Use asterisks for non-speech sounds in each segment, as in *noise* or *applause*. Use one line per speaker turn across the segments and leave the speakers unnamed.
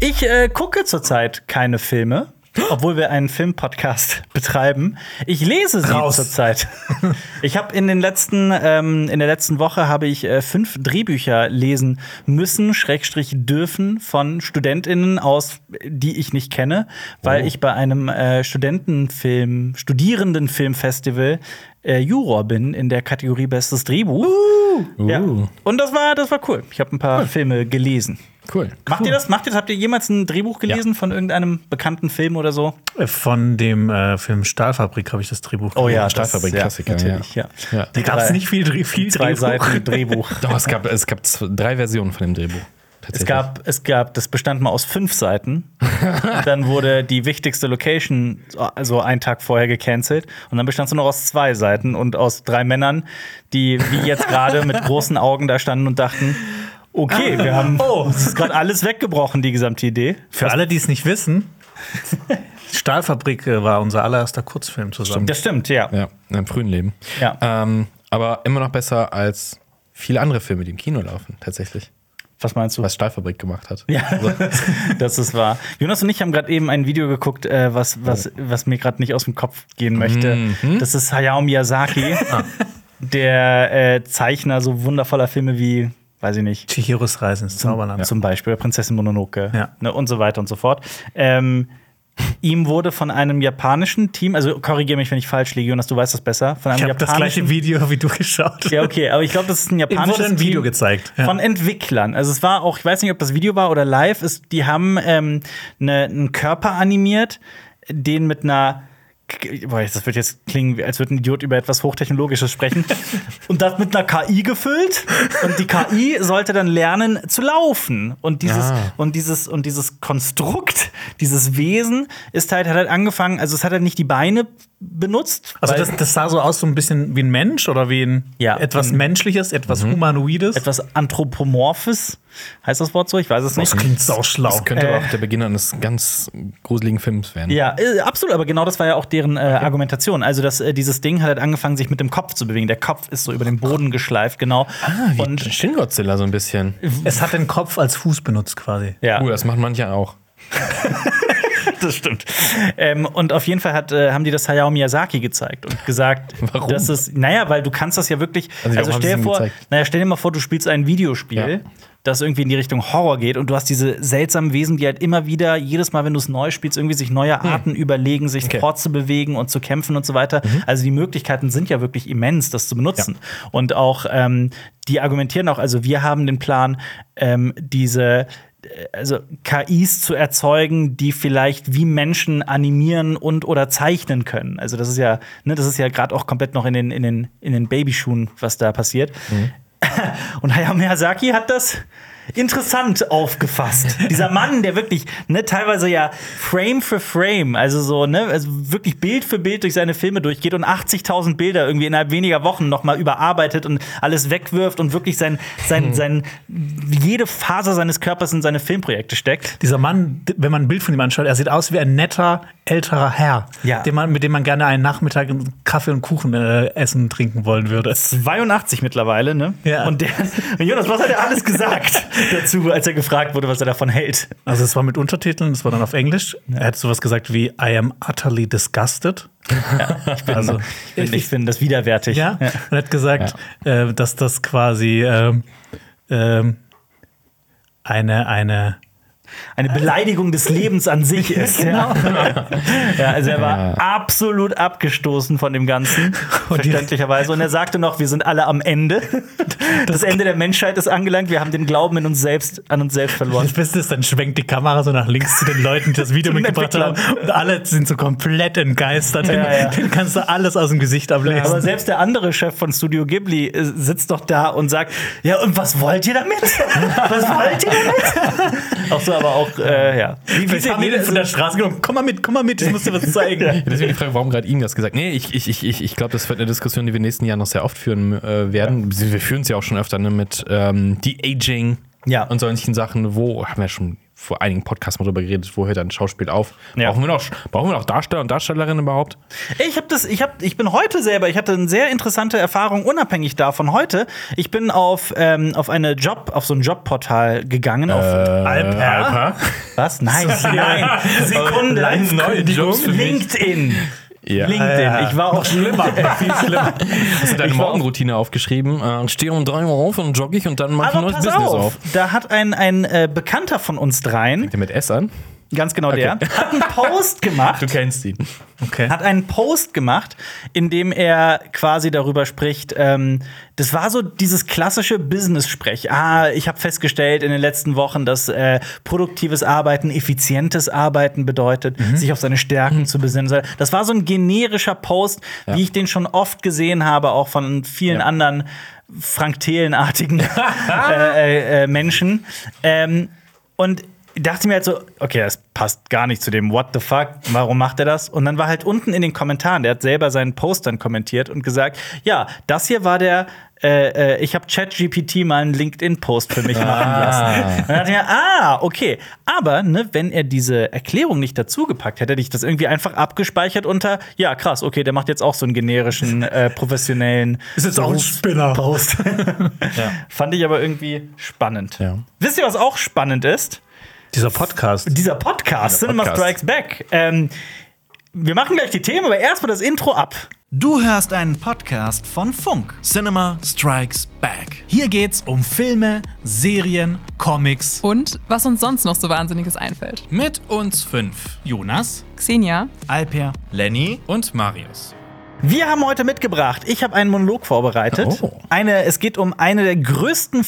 Ich äh, gucke zurzeit keine Filme, obwohl wir einen Filmpodcast *laughs* betreiben. Ich lese sie
Raus.
zurzeit. Ich habe in den letzten, ähm, in der letzten Woche habe ich äh, fünf Drehbücher lesen müssen, Schrägstrich dürfen von StudentInnen aus, die ich nicht kenne, weil ich bei einem äh, Studentenfilm, Studierendenfilmfestival äh, Juror bin in der Kategorie Bestes Drehbuch. Ja.
Uh.
Und das war, das war cool. Ich habe ein paar Filme gelesen.
Cool.
Macht ihr das? Macht ihr das? Habt ihr jemals ein Drehbuch gelesen von irgendeinem bekannten Film oder so?
Von dem äh, Film Stahlfabrik habe ich das Drehbuch gelesen.
Stahlfabrik, Klassiker,
Natürlich, Oh ja.
Ja.
Da gab es
Drei-
nicht viel, Dre- viel
Drei
Drehbuch.
Seiten Drehbuch.
Doch, es gab, es gab z- drei Versionen von dem Drehbuch.
*laughs* Es gab, es gab, das bestand mal aus fünf *laughs* Seiten. dann wurde die wichtigste Location so also einen Tag vorher gecancelt. Und dann bestand es nur noch aus zwei Seiten und aus drei Männern, die wie jetzt gerade *laughs* mit großen Augen da standen und dachten, okay, wir *laughs*
*laughs*
haben es ist gerade alles weggebrochen, die gesamte Idee.
Oh. Für alle, die es nicht wissen, Stahlfabrik äh, war unser allererster Kurzfilm zusammen.
Das stimmt, ja.
Ja, in einem frühen Leben.
Ja.
Ähm, aber immer noch besser als viele andere Filme, die im Kino laufen, tatsächlich.
Was meinst du?
Was Stahlfabrik gemacht hat. Also,
Ja, das ist wahr. Jonas und ich haben gerade eben ein Video geguckt, äh, was, was, was mir gerade nicht aus dem Kopf gehen möchte.
Mhm.
Das ist Hayao Miyazaki,
Ah.
der äh, Zeichner so wundervoller Filme wie, weiß ich nicht,
Chihiros Reisen ins Zauberland.
zum Beispiel Prinzessin Mononoke
Ja.
ne, und so weiter und so fort. Ähm, ihm wurde von einem japanischen Team, also korrigiere mich, wenn ich falsch liege, Jonas, du weißt das besser, von einem
Ich habe das gleiche Video wie du geschaut.
ja, okay, aber ich glaube, das ist ein
Ihm
japanisches
wurde ein Video
Team
gezeigt. Ja.
von Entwicklern. Also es war auch, ich weiß nicht, ob das Video war oder live, ist, die haben ähm, ne, einen Körper animiert, den mit einer Boah, das wird jetzt klingen, als würde ein Idiot über etwas Hochtechnologisches
*laughs*
sprechen. Und das mit einer KI gefüllt. Und die KI sollte dann lernen zu laufen. Und dieses,
Ah.
und dieses, und dieses Konstrukt, dieses Wesen ist halt, hat halt angefangen, also es hat halt nicht die Beine benutzt.
also
weil-
das, das sah so aus so ein bisschen wie ein Mensch oder wie ein
Ja. Mhm.
etwas Menschliches, etwas Humanoides.
etwas Anthropomorphes. Heißt das Wort so? Ich weiß es nicht.
das klingt sauschlau.
Das könnte aber
Äh.
auch der Beginn eines ganz gruseligen Films werden.
Ja, äh, absolut, aber genau das war ja auch deren äh, Argumentation. Also, dass äh, dieses Ding hat halt angefangen, sich mit dem Kopf zu bewegen. Der Kopf ist so über den Boden geschleift, genau.
Ah, wie
Und
Shin Godzilla so ein bisschen.
Es hat den Kopf als Fuß benutzt quasi.
ja,
Uh, das machen manche auch.
*laughs* das stimmt. Ähm, und auf jeden Fall hat, äh, haben die das Hayao Miyazaki gezeigt und gesagt,
*laughs* Warum?
das ist, naja, weil du kannst das ja wirklich,
Also,
also,
warum
stell,
haben sie
dir
es ihm
vor,
gezeigt?
naja, stell dir mal vor, du spielst ein Videospiel, das irgendwie in die Richtung Horror geht und du hast diese seltsamen Wesen, die halt immer wieder, jedes Mal, wenn du es neu spielst, irgendwie sich neue Arten überlegen, sich
Okay.
fortzubewegen und zu kämpfen und so weiter. Also die Möglichkeiten sind ja wirklich immens, das zu benutzen. Und auch, ähm, die argumentieren auch, also wir haben den Plan, ähm, diese äh, also KIs zu erzeugen, die vielleicht wie Menschen animieren und oder zeichnen können. Also das ist ja, ne, das ist ja gerade auch komplett noch in den, in den, in den Babyschuhen, was da passiert. Und Hayao Miyazaki hat das interessant aufgefasst. Dieser Mann, der wirklich, ne, teilweise ja Frame für Frame, also so, ne, also wirklich Bild für Bild durch seine Filme durchgeht und 80.000 Bilder irgendwie innerhalb weniger Wochen nochmal überarbeitet und alles wegwirft und wirklich sein,
Hm.
sein, sein, jede Faser seines Körpers in seine Filmprojekte steckt.
Dieser Mann, d- wenn man ein Bild von ihm anschaut, er sieht aus wie ein netter älterer Herr,
Ja.
den man, mit dem man gerne einen Nachmittag einen Kaffee und Kuchen äh, essen und trinken wollen würde.
82 mittlerweile, ne?
Ja.
Und der, und Jonas, was hat er alles gesagt dazu, als er gefragt wurde, was er davon hält?
Also es war mit Untertiteln, es war dann auf Englisch. Er hat sowas gesagt wie I am utterly disgusted. also
Ich, ich finde das widerwärtig.
ja, und hat gesagt, äh, dass das quasi ähm, ähm, eine eine
eine Beleidigung des Lebens an *laughs* sich ist. Ja. ja, also er war absolut abgestoßen von dem Ganzen, verständlicherweise. *laughs* Und er sagte noch, wir sind alle am *laughs* Ende. Das Ende der Menschheit ist angelangt. Wir haben den Glauben in uns selbst, an uns selbst verloren.
das Beste ist, dann schwenkt die Kamera so nach links zu den Leuten, die
*laughs*
das Video
Zum
mitgebracht haben. Und alle sind so komplett entgeistert. Den,
Ja, ja.
den kannst du alles aus dem Gesicht ablesen.
Aber selbst der andere Chef von Studio Ghibli äh, sitzt doch da und sagt: Ja, und was wollt ihr *laughs* damit? Was wollt ihr damit? *laughs* auch so, aber auch, äh, ja. Wie,
Vielleicht haben die den von der Straße genommen. Komm mal mit, komm mal mit, ich muss dir was zeigen.
Ja, Deswegen die Frage, warum gerade ihm das gesagt? Nee, ich, ich, ich, ich, ich glaube, das wird eine Diskussion, die wir in den nächsten Jahren noch sehr oft führen äh, werden. Wir führen es ja auch schon öfter ne, mit ähm, De-Aging
Ja.
und solchen Sachen, wo haben wir schon vor einigen Podcasts mal drüber geredet, wo hört dann Schauspiel auf?
Ja.
Brauchen, wir noch, brauchen wir noch Darsteller und Darstellerinnen überhaupt?
Ich habe das, ich habe, ich bin heute selber, ich hatte eine sehr interessante Erfahrung, unabhängig davon heute. Ich bin auf, ähm, auf eine Job, auf so ein Jobportal gegangen.
Äh.
Auf,
Alper.
Alper?
was?
*laughs*
Nein, nein. Sekunde.
Nein, neue Jobs für mich.
LinkedIn.
Ja.
LinkedIn. Ich war auf LinkedIn.
Viel schlimmer.
Hast du deine
Ich war-
Morgenroutine aufgeschrieben? Äh, stehe um 3 Uhr auf und jogge ich und dann mache ich ein
Aber
neues
pass
Business
auf,
auf.
da hat ein, ein äh, Bekannter von uns dreien,
Der mit S an?
ganz genau der, hat einen Post gemacht.
kennst ihn.
Okay.
hat einen Post gemacht, in dem er quasi darüber spricht. Ähm, das war so dieses klassische Business-Sprech. Ah, ich habe festgestellt in den letzten Wochen, dass äh, produktives Arbeiten, effizientes Arbeiten bedeutet, sich auf seine Stärken zu besinnen. Das war so ein generischer Post, wie ich den schon oft gesehen habe, auch von vielen anderen Frank *laughs* Thelen-artigen äh, äh, äh, Menschen. Ähm, und dachte mir halt so, okay, das passt gar nicht zu dem What the fuck, warum macht er das? Und dann war halt unten in den Kommentaren, der hat selber seinen Post dann kommentiert und gesagt, ja, das hier war der, äh, äh, ich habe ChatGPT mal einen LinkedIn-Post für mich machen lassen. Und dann dachte ich mir, ah, okay. Aber ne, wenn er diese Erklärung nicht dazugepackt hätte, hätte ich das irgendwie einfach abgespeichert unter, ja, krass, okay, der macht jetzt auch so einen generischen, äh, professionellen
Ist jetzt auch ein Spinner.
Post. Fand ich aber irgendwie spannend.
Ja.
Wisst ihr, was auch spannend ist?
Dieser Podcast.
Dieser Podcast, Cinema
Podcast.
Strikes Back. Ähm, wir machen gleich die Themen, aber erstmal das Intro ab.
Du hörst einen Podcast von Funk. Cinema Strikes Back. Hier geht's um Filme, Serien, Comics
Und was uns sonst noch so Wahnsinniges einfällt.
Mit uns fünf. Jonas
Xenia,
Alper, Lenny
und Marius.
Wir haben heute mitgebracht, ich habe einen Monolog vorbereitet.
Oh.
Eine, es geht um eine der größten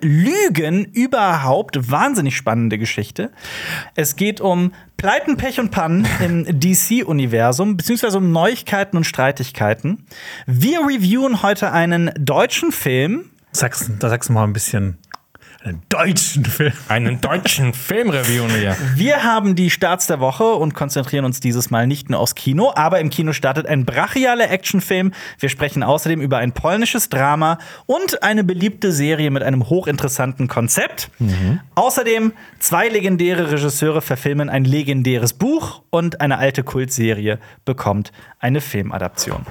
Filmlügen überhaupt. Wahnsinnig spannende Geschichte. Es geht um Pleiten, Pech und Pannen
*laughs*
im DC-Universum, beziehungsweise um Neuigkeiten und Streitigkeiten. Wir reviewen heute einen deutschen Film.
Sachsen. Da sagst du mal ein bisschen einen deutschen Film.
Einen deutschen Filmreview hier.
Wir haben die Starts der Woche und konzentrieren uns dieses Mal nicht nur aufs Kino, aber im Kino startet ein brachialer Actionfilm. Wir sprechen außerdem über ein polnisches Drama und eine beliebte Serie mit einem hochinteressanten Konzept. Außerdem zwei legendäre Regisseure verfilmen ein legendäres Buch und eine alte Kultserie bekommt eine Filmadaption.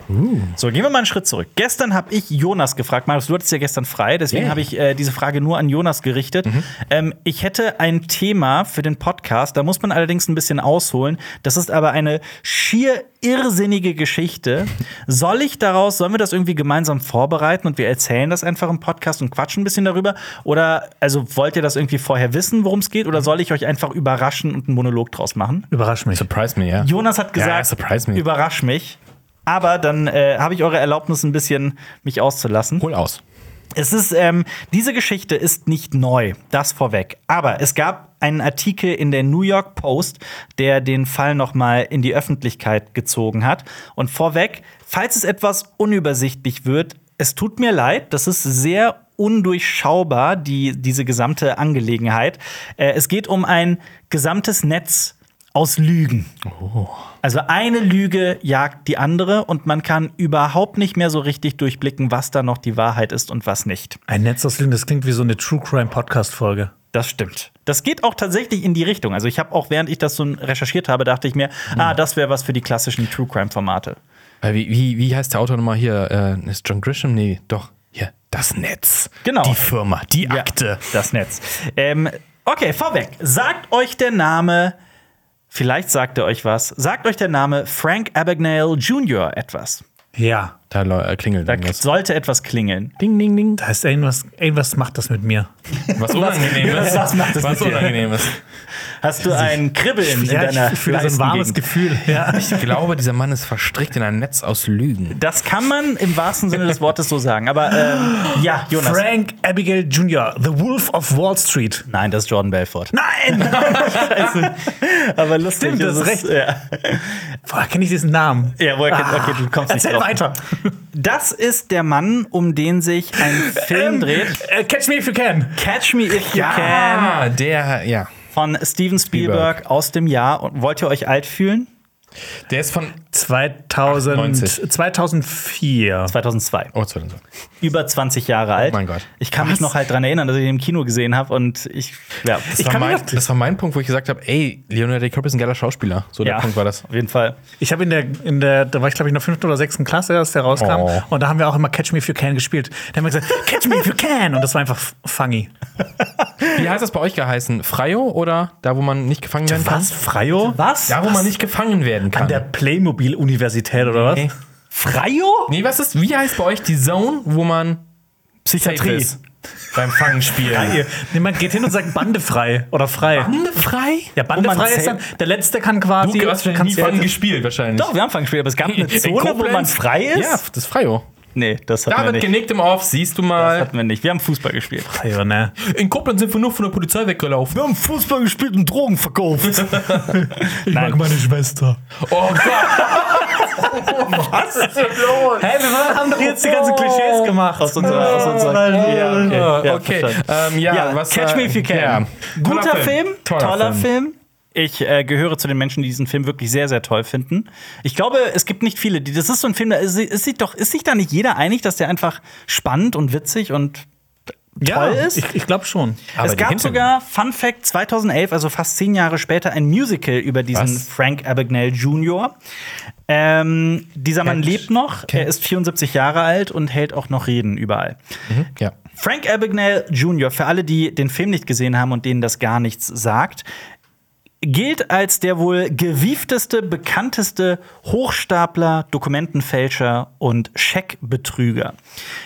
So, gehen wir mal einen Schritt zurück. Gestern habe ich Jonas gefragt, Marius, du hattest ja gestern frei, deswegen
Yeah.
habe ich äh, diese Frage nur an Jonas gerichtet. Ähm, ich hätte ein Thema für den Podcast, da muss man allerdings ein bisschen ausholen. Das ist aber eine schier irrsinnige Geschichte. Soll ich daraus, sollen wir das irgendwie gemeinsam vorbereiten und wir erzählen das einfach im Podcast und quatschen ein bisschen darüber? Oder also wollt ihr das irgendwie vorher wissen, worum es geht, oder soll ich euch einfach überraschen und einen Monolog draus machen?
Überrasch mich.
Surprise me, ja.
Jonas hat gesagt,
Ja, surprise me.
überrasch mich. Aber dann äh, habe ich eure Erlaubnis, ein bisschen mich auszulassen.
Hol aus.
Es ist, ähm, diese Geschichte ist nicht neu, das vorweg. Aber es gab einen Artikel in der New York Post, der den Fall nochmal in die Öffentlichkeit gezogen hat. Und vorweg, falls es etwas unübersichtlich wird, es tut mir leid, das ist sehr undurchschaubar, die, diese gesamte Angelegenheit. Äh, es geht um ein gesamtes Netz aus Lügen. Also eine Lüge jagt die andere und man kann überhaupt nicht mehr so richtig durchblicken, was da noch die Wahrheit ist und was nicht.
Ein Netz aus Lügen, das klingt wie so eine True Crime Podcast Folge.
Das stimmt. Das geht auch tatsächlich in die Richtung. Also ich habe auch, während ich das so recherchiert habe, dachte ich mir,
Hm.
ah, das wäre was für die klassischen True Crime Formate.
Äh, Wie, wie, wie heißt der Autor nochmal hier? Äh, ist John Grisham? Nee, doch. Hier, das Netz.
Genau.
Die Firma, die
Ja,
Akte.
Das Netz. Ähm, okay, vorweg. Sagt euch der Name, vielleicht sagt er euch was, sagt euch der Name Frank Abagnale Jr. etwas.
Ja.
Da äh, klingelt
Da
irgendwas.
sollte etwas klingeln.
Ding, ding, ding.
Da ist irgendwas, irgendwas macht das mit mir.
*laughs* Was unangenehm ist.
was macht das
Was
mit dir?
unangenehm ist.
Hast
*laughs*
du ein Kribbeln in deiner
ich fühle so ein warmes
Leistengegend?
Gefühl.
*laughs*
Ja.
Ich glaube, dieser Mann ist verstrickt in ein Netz aus Lügen.
Das kann man im wahrsten Sinne des Wortes so sagen. Aber ähm, *gasps* ja, Jonas.
Frank Abigail Jr., The Wolf of Wall Street.
Nein, das ist Jordan Belfort.
Nein!
Aber lustig
Stimmt,
ist
das
es.
ist
Ja,
Boah, kenne ich diesen Namen?
ja woher kennt, okay, du kommst nicht
Erzähl
drauf.
weiter.
Das ist der Mann, um den sich *laughs* ein Film dreht.
Äh, catch me if you can.
Catch Me If You Can
Ah, der, ja.
von Steven Spielberg, aus dem Jahr. Und wollt ihr euch alt fühlen?
Der ist von.
2000,
98.
2004.
2002.
Oh, 2002.
Über 20 Jahre alt.
mein Gott.
Ich kann mich noch halt dran erinnern, dass ich den im Kino gesehen habe und ich, ja,
Das, war
kann mir
mein,
das-
das war mein Punkt, wo ich gesagt habe: Ey, Leonardo DiCaprio ist ein geiler Schauspieler. So der
ja,
Punkt war das.
Auf jeden Fall.
Ich habe in der, in der, da war ich glaube ich in der fünften oder sechsten Klasse, als der rauskam.
Oh.
Und da haben wir auch immer Catch Me If You Can gespielt. Da haben wir gesagt, Catch Me If You Can. Und das war einfach f- funny.
Wie heißt das bei euch geheißen? Freio oder da, wo man nicht gefangen werden kann?
Freio?
Was?
Da, wo man nicht gefangen werden kann.
An der Playmobil-Universität oder was?
Nee.
Freio?
Nee, was ist, wie heißt bei euch die Zone, wo man safe
Psychiatrie.
ist? Beim Fangen spielen.
Freie. Nee, man geht hin und sagt Bande frei oder frei.
frei?
Ja, Bande
man
frei ist
zählt-
dann, der Letzte kann quasi.
Du hast wahrscheinlich
kannst
nie Fangen
Leute-
gespielt, wahrscheinlich.
Doch, Oh, wir haben Fangspiel, aber es *laughs* gab eine
In
Zone, wo man
Koblenz?
frei ist?
Ja, das ist Freio.
Nee, das hatten
Da
wir
wird
nicht.
genickt im Off, siehst du
Das
mal.
hatten wir nicht. Wir haben Fußball gespielt.
Freio, ne?
In Koblenz sind wir nur von der Polizei weggelaufen.
Wir haben Fußball gespielt und Drogen
*laughs*
verkauft. Nein.
meine Schwester.
Oh Gott! was ist denn los?
Hey, wir haben doch jetzt die ganzen Klischees gemacht.
Aus unserer, aus unserer ja, okay. Ja,
okay,
verstanden.
ähm, ja,
Ja,
was,
Catch
äh,
Me If You Can.
ja.
Guter
Toller
Film,
Film.
toller,
Toller
Film. Ich äh, gehöre zu den Menschen, die diesen Film wirklich sehr, sehr toll finden. Ich glaube, es gibt nicht viele, die. Das ist so ein Film, da ist, ist, sich doch, ist sich da nicht jeder einig, dass der einfach spannend und witzig und toll ist?
Ich, ich glaube schon. Also,
Aber
es
die
gab
Hinten-
sogar, Fun Fact, 2011, also fast zehn Jahre später, ein Musical über diesen
Was?
Frank Abagnale Jr. Ähm, dieser Mann lebt noch, er ist 74 Jahre alt und hält auch noch Reden überall.
Ja.
Frank Abagnale Jr., für alle, die den Film nicht gesehen haben und denen das gar nichts sagt, gilt als der wohl gewiefteste, bekannteste Hochstapler, Dokumentenfälscher und Scheckbetrüger.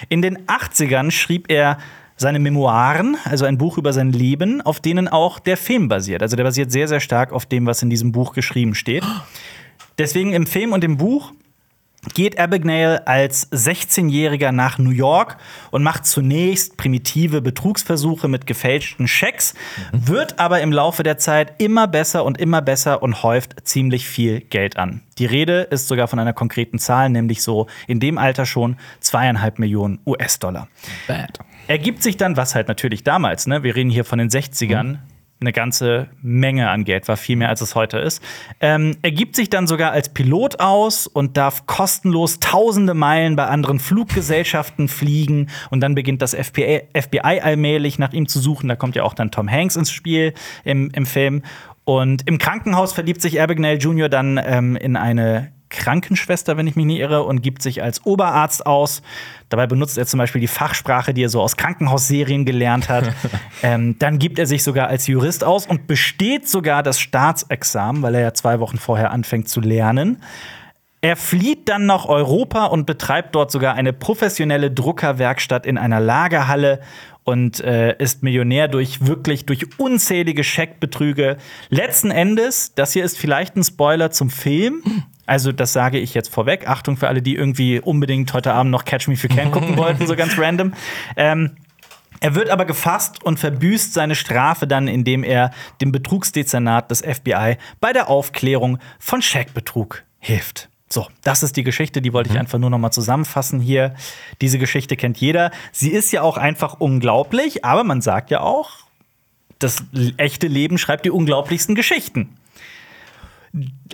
In den 80ern schrieb er seine Memoiren, also ein Buch über sein Leben, auf denen auch der Film basiert. Also der basiert sehr, sehr stark auf dem, was in diesem Buch geschrieben steht. Deswegen im Film und im Buch geht Abagnale als 16-Jähriger nach New York und macht zunächst primitive Betrugsversuche mit gefälschten Schecks, wird aber im Laufe der Zeit immer besser und immer besser und häuft ziemlich viel Geld an. Die Rede ist sogar von einer konkreten Zahl, nämlich so in dem Alter schon zweieinhalb Millionen US-Dollar.
Bad.
Ergibt sich dann, was halt natürlich damals, ne, wir reden hier von den 60ern, eine ganze Menge an Geld war, viel mehr als es heute ist, ähm, ergibt sich dann sogar als Pilot aus und darf kostenlos tausende Meilen bei anderen Fluggesellschaften fliegen und dann beginnt das FBI, FBI allmählich nach ihm zu suchen. Da kommt ja auch dann Tom Hanks ins Spiel im, im Film. Und im Krankenhaus verliebt sich Abagnale Jr. dann ähm, in eine Krankenschwester, wenn ich mich nicht irre, und gibt sich als Oberarzt aus. Dabei benutzt er zum Beispiel die Fachsprache, die er so aus Krankenhausserien gelernt hat. ähm, dann gibt er sich sogar als Jurist aus und besteht sogar das Staatsexamen, weil er ja zwei Wochen vorher anfängt zu lernen. Er flieht dann nach Europa und betreibt dort sogar eine professionelle Druckerwerkstatt in einer Lagerhalle und äh, ist Millionär durch wirklich durch unzählige Scheckbetrüge. Letzten Endes, das hier ist vielleicht ein Spoiler zum Film. Also das sage ich jetzt vorweg. Achtung für alle, die irgendwie unbedingt heute Abend noch Catch Me If You Can gucken wollten, so ganz random. Ähm, er wird aber gefasst und verbüßt seine Strafe dann, indem er dem Betrugsdezernat des FBI bei der Aufklärung von Scheckbetrug hilft. So, das ist die Geschichte, die wollte ich einfach nur noch mal zusammenfassen hier. Diese Geschichte kennt jeder. Sie ist ja auch einfach unglaublich, aber man sagt ja auch, das l- echte Leben schreibt die unglaublichsten Geschichten.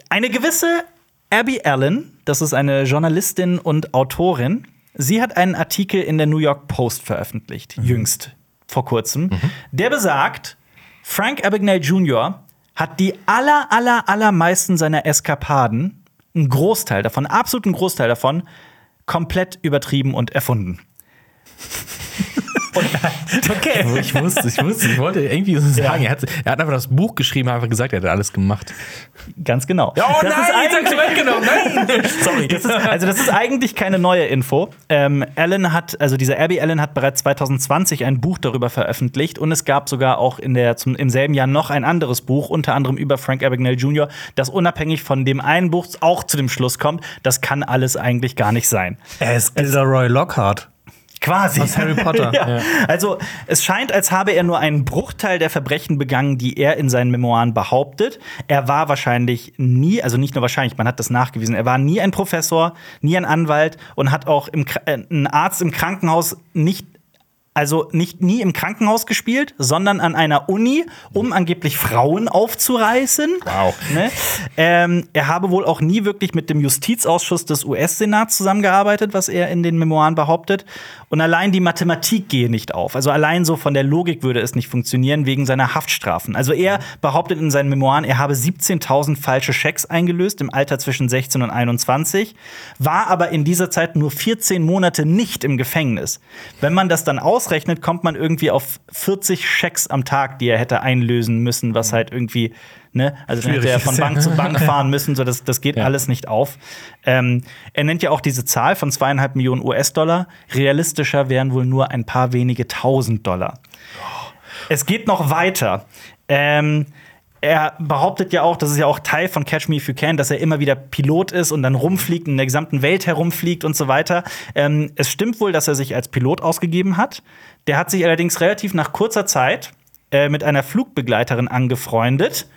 Eine gewisse Abby Allen, das ist eine Journalistin und Autorin, sie hat einen Artikel in der New York Post veröffentlicht, jüngst, vor kurzem, der besagt, Frank Abagnale Jr. hat die aller, aller, allermeisten seiner Eskapaden, einen Großteil davon, absoluten Großteil davon, komplett übertrieben und erfunden.
Okay. Ich wusste, ich wusste, ich wollte irgendwie so sagen. Er, hat, er hat einfach das Buch geschrieben, hat einfach gesagt, er hat alles gemacht.
Ganz genau.
oh
das ist eigentlich-
weggenommen, nein! *laughs*
Sorry. Das ist, also, das ist eigentlich keine neue Info. Ähm, Allen hat, also diese Abby Allen hat bereits 2020 ein Buch darüber veröffentlicht und es gab sogar auch in der, zum, im selben Jahr noch ein anderes Buch, unter anderem über Frank Abagnale Jr., das unabhängig von dem einen Buch auch zu dem Schluss kommt, das kann alles eigentlich gar nicht sein.
Er ist Gilderoy Lockhart.
Quasi.
Aus Harry Potter.
*laughs* ja. Also es scheint, als habe er nur einen Bruchteil der Verbrechen begangen, die er in seinen Memoiren behauptet. Er war wahrscheinlich nie, also nicht nur wahrscheinlich, man hat das nachgewiesen, er war nie ein Professor, nie ein Anwalt und hat auch im, Kr- äh, einen Arzt im Krankenhaus nicht Also nicht nie im Krankenhaus gespielt, sondern an einer Uni, um angeblich Frauen aufzureißen.
Wow.
Ne? Ähm, er habe wohl auch nie wirklich mit dem Justizausschuss des US-Senats zusammengearbeitet, was er in den Memoiren behauptet. Und allein die Mathematik gehe nicht auf. Also allein so von der Logik würde es nicht funktionieren wegen seiner Haftstrafen. Also er behauptet in seinen Memoiren, er habe 17.000 falsche Schecks eingelöst im Alter zwischen 16 und 21, war aber in dieser Zeit nur 14 Monate nicht im Gefängnis. Wenn man das dann ausrechnet, kommt man irgendwie auf 40 Schecks am Tag, die er hätte einlösen müssen, was halt irgendwie Ne? Also dann hätte
Schwierig
er von
ist, ja.
Bank zu Bank fahren müssen, so das, das geht alles nicht auf. Ähm, er nennt ja auch diese Zahl von zweieinhalb Millionen US-Dollar. Realistischer wären wohl nur ein paar wenige tausend Dollar. Es geht noch weiter. Ähm, er behauptet ja auch, das ist ja auch Teil von Catch Me If You Can, dass er immer wieder Pilot ist und dann rumfliegt, in der gesamten Welt herumfliegt und so weiter. Ähm, es stimmt wohl, dass er sich als Pilot ausgegeben hat. Der hat sich allerdings relativ nach kurzer Zeit äh, mit einer Flugbegleiterin angefreundet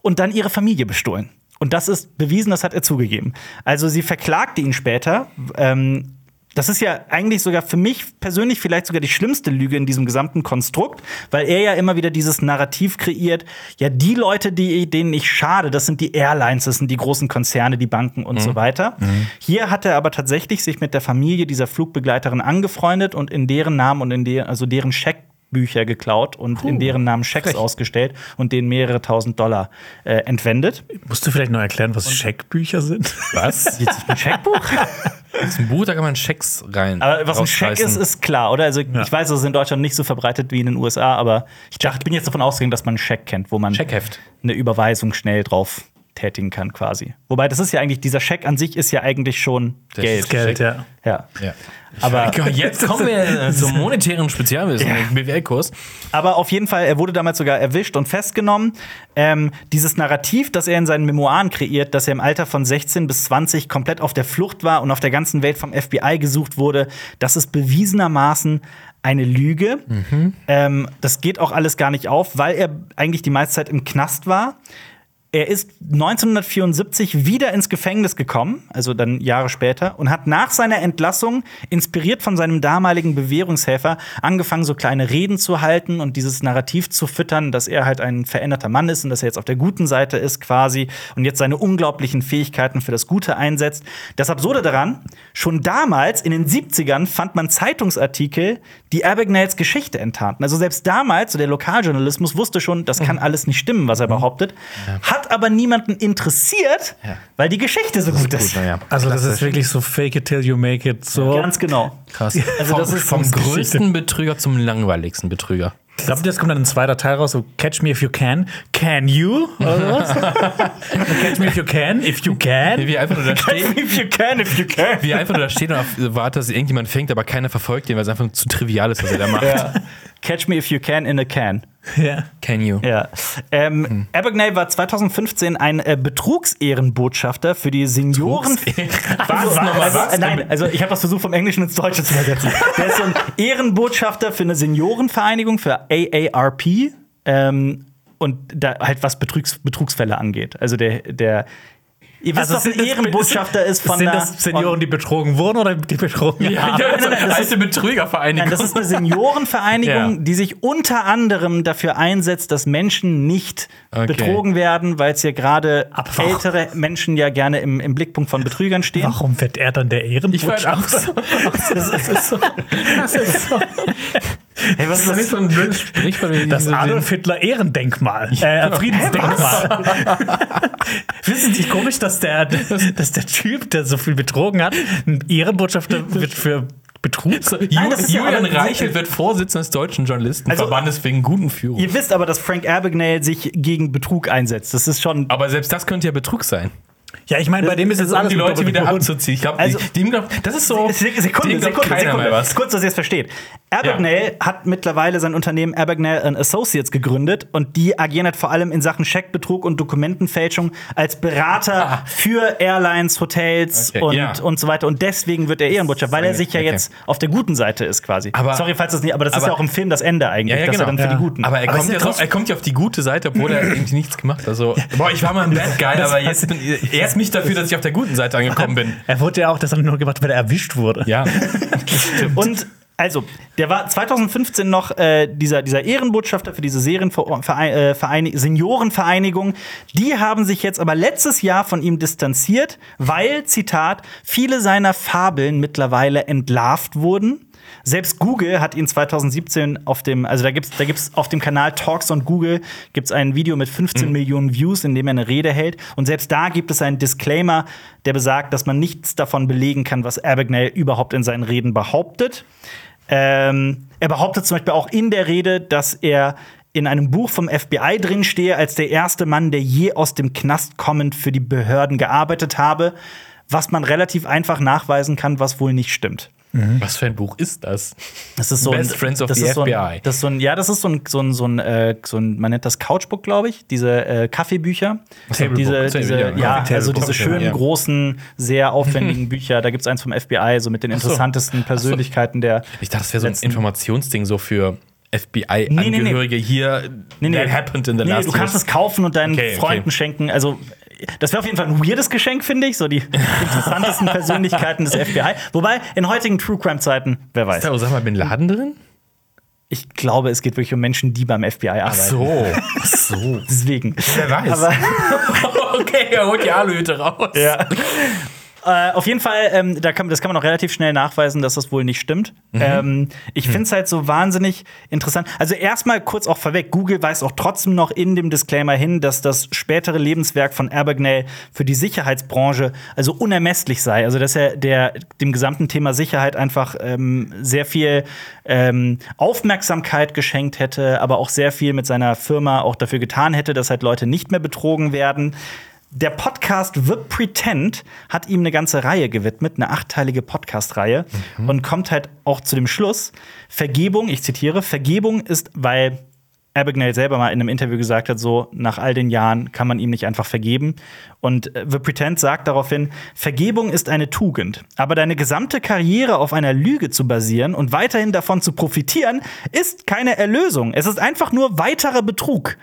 und dann ihre Familie bestohlen. Und das ist bewiesen, das hat er zugegeben. Also sie verklagte ihn später. Ähm, das ist ja eigentlich sogar für mich persönlich vielleicht sogar die schlimmste Lüge in diesem gesamten Konstrukt, weil er ja immer wieder dieses Narrativ kreiert, ja, die Leute, die, denen ich schade, das sind die Airlines, das sind die großen Konzerne, die Banken und so weiter. Hier hat er aber tatsächlich sich mit der Familie dieser Flugbegleiterin angefreundet und in deren Namen und in der, also deren Scheck Bücher geklaut und in deren Namen Schecks ausgestellt und denen mehrere tausend Dollar äh, entwendet.
Musst du vielleicht noch erklären, was Scheckbücher sind?
Was?
Jetzt ein Scheckbuch?
Das ist ein Buch, da kann man Schecks rein.
Aber was ein Scheck ist,
rausreißen.
ist klar, oder? Also ich weiß, es ist in Deutschland nicht so verbreitet wie in den USA, aber ich dachte, ich bin jetzt davon ausgegangen, dass man einen Scheck kennt, wo man
Scheckheft.
eine Überweisung schnell drauf tätigen kann, quasi. Wobei das ist ja eigentlich, dieser Scheck an sich ist ja eigentlich schon
Das
Geld.
ist
Geld, ja.
Ja.
Ja. *laughs*
Aber
Ja,
*laughs*
Jetzt kommen wir zum monetären Spezialwissen, BWL-Kurs.
Aber auf jeden Fall, er wurde damals sogar erwischt und festgenommen. Ähm, dieses Narrativ, das er in seinen Memoiren kreiert, dass er im Alter von 16 bis 20 komplett auf der Flucht war und auf der ganzen Welt vom FBI gesucht wurde, das ist bewiesenermaßen eine Lüge. Ähm, das geht auch alles gar nicht auf, weil er eigentlich die meiste Zeit im Knast war. Er ist 1974 wieder ins Gefängnis gekommen, also dann Jahre später, und hat nach seiner Entlassung, inspiriert von seinem damaligen Bewährungshelfer, angefangen, so kleine Reden zu halten und dieses Narrativ zu füttern, dass er halt ein veränderter Mann ist und dass er jetzt auf der guten Seite ist quasi und jetzt seine unglaublichen Fähigkeiten für das Gute einsetzt. Das Absurde daran, schon damals, in den 70ern, fand man Zeitungsartikel, die Abagnales Geschichte enttarnten. Also selbst damals, so der Lokaljournalismus wusste schon, das kann alles nicht stimmen, was er behauptet, hat aber niemanden interessiert,
Ja.
weil die Geschichte so gut ist.
naja.
Also, das ist wirklich so fake it till you make it. So.
Ganz genau.
Krass.
Also das
vom,
ist
vom
Geschichte.
größten Betrüger zum langweiligsten Betrüger.
Ich glaube, jetzt kommt dann ein zweiter Teil raus, so Catch Me If You Can. Can you? Oder was? *laughs* catch Me If You Can, if you can.
Wie er einfach nur
*laughs*
da steht,
If you can, if you can.
*laughs* wie er einfach nur da steht und auf- wartet, dass irgendjemand fängt, aber keiner verfolgt ihn, weil es einfach zu trivial ist, was er da macht.
Catch me if you can in a can.
Ja.
Can you?
Ja. Ähm, Abagnale war 2015 ein äh, Betrugsehrenbotschafter für die Senioren.
Was? Nochmal
Also,
was?
äh, nein, also ich habe das versucht, vom Englischen ins Deutsche zu übersetzen. Der ist so ein Ehrenbotschafter für eine Seniorenvereinigung, für AARP. Ähm, und da halt was Betrugs Betrugsfälle angeht. Also der, der Ihr wisst, was ein
Also sind das-
Ehrenbotschafter ist von
Sind
einer-
das Senioren, die betrogen wurden oder die betrogen haben?
*laughs*
Also,
Ja, so alte Betrügervereinigung.
Nein, das ist eine Seniorenvereinigung,
Ja.
die sich unter anderem dafür einsetzt, dass Menschen nicht
Okay.
betrogen werden, weil es hier gerade
warum-
ältere Menschen ja gerne im, im Blickpunkt von Betrügern stehen.
Warum wird er dann der
ich war
Ehrenbotschafter?
auch so.
*laughs*
Das ist so. Das ist so.
Hey, was *laughs*
Das ist so ein blödes Sprichwort. wenn ich
Das
so den-
Adolf Hitler *laughs* Ehrendenkmal. Äh, Friedensdenkmal.
*laughs*
Wissen Sie, komisch, dass der, dass der Typ, der so viel betrogen hat, ein Ehrenbotschafter wird für Betrug.
Nein, das ist ja
Julian
aber- Also,
Reichelt wird Vorsitzender des Deutschen Journalistenverbandes wegen guten Führung.
Ihr wisst aber, dass Frank Abagnale sich gegen Betrug einsetzt. Das ist schon.
Aber selbst das könnte ja Betrug sein.
Ja, ich meine, bei dem ist jetzt
Um
alles
die
mit
Leute wieder
doppeltem Boden.
abzuziehen. Ich glaube,
Also-
dem glaubt, das ist so.
Sekunde, Sekunde,
dem glaubt
Sekunde,
keiner
Sekunde.
mehr was.
Kurz, dass ihr es versteht. Abagnale hat mittlerweile sein Unternehmen Abagnale and Associates gegründet und die agieren halt vor allem in Sachen Scheckbetrug und Dokumentenfälschung als Berater für Airlines, Hotels
Ah. Okay,
und,
ja.
und so weiter. Und deswegen wird er Ehrenbotschafter, weil er sich ja
Okay.
jetzt auf der guten Seite ist quasi.
Aber-
Sorry, falls das nicht, aber das ist
aber-
ja auch im Film das Ende eigentlich,
Ja, ja,
dass er
genau.
dann für
Ja.
die Guten.
Aber er,
Aber
kommt
ist
ja
ja
so, er kommt ja auf die gute Seite, obwohl
*laughs*
er irgendwie nichts gemacht hat. Also, boah, ich war mal ein Bad Guy, aber jetzt bin ich, er ist mich dafür, dass ich auf der guten Seite angekommen bin.
Mhm.
Er wurde ja auch deshalb nur gemacht, weil er erwischt wurde.
Ja.
Und Also, der war 2015 noch äh, dieser, dieser Ehrenbotschafter für diese Serienverein, äh, Verein- Seniorenvereinigung. Die haben sich jetzt aber letztes Jahr von ihm distanziert, weil, Zitat, viele seiner Fabeln mittlerweile entlarvt wurden. Selbst Google hat ihn 2017 auf dem, also da gibt's, da gibt's auf dem Kanal Talks on Google gibt's ein Video mit 15 Millionen Views, in dem er eine Rede hält. Und selbst da gibt es einen Disclaimer, der besagt, dass man nichts davon belegen kann, was Abagnale überhaupt in seinen Reden behauptet. Ähm, er behauptet zum Beispiel auch in der Rede, dass er in einem Buch vom FBI drinstehe, als der erste Mann, der je aus dem Knast kommend für die Behörden gearbeitet habe, was man relativ einfach nachweisen kann, was wohl nicht stimmt.
Was für ein Buch ist das?
Das ist so
Best
ein,
Friends of
das
the
ist so
FBI.
Ein, das ist so ein, ja, das ist so ein, so ein, so ein, äh, so ein man nennt das Couchbook, glaube ich, diese äh, Kaffeebücher.
Tablebook.
Diese,
Table-
diese,
ja,
ja,
Coffee
also diese
Tablebook.
schönen,
genau. Ja.
großen, sehr
*laughs*
aufwendigen Bücher. Da gibt es eins vom FBI, so mit den
so.
interessantesten Persönlichkeiten der.
Ich dachte, das wäre so ein
Letzten-
Informationsding so für
nee, nee.
FBI-Angehörige hier. That happened in the
Nee,
last
du kannst
years.
es kaufen und deinen
Okay, okay.
Freunden schenken. Also, das wäre auf jeden Fall ein weirdes Geschenk, finde ich. So
*laughs*
die interessantesten Persönlichkeiten des FBI. Wobei, in heutigen True Crime-Zeiten, wer
Ist
weiß.
da Osama Bin Laden drin?
Ich glaube, es geht wirklich um Menschen, die beim FBI arbeiten.
Ach so.
*laughs* Deswegen.
Wer weiß.
Aber
okay, er holt die Aluhüte raus.
Ja. *laughs* Äh, auf jeden Fall, ähm, da kann, das kann man auch relativ schnell nachweisen, dass das wohl nicht stimmt. Ähm, ich finde es halt so wahnsinnig interessant. Also erstmal kurz auch vorweg, Google weist auch trotzdem noch in dem Disclaimer hin, dass das spätere Lebenswerk von Abagnale für die Sicherheitsbranche also unermesslich sei. Also dass er der, dem gesamten Thema Sicherheit einfach ähm, sehr viel ähm, Aufmerksamkeit geschenkt hätte, aber auch sehr viel mit seiner Firma auch dafür getan hätte, dass halt Leute nicht mehr betrogen werden. Der Podcast The Pretend hat ihm eine ganze Reihe gewidmet, eine achteilige Podcast-Reihe, und kommt halt auch zu dem Schluss, Vergebung, ich zitiere, Vergebung ist, weil Abagnale selber mal in einem Interview gesagt hat, so nach all den Jahren kann man ihm nicht einfach vergeben. Und äh, The Pretend sagt daraufhin, Vergebung ist eine Tugend, aber deine gesamte Karriere auf einer Lüge zu basieren und weiterhin davon zu profitieren, ist keine Erlösung. Es ist einfach nur weiterer Betrug.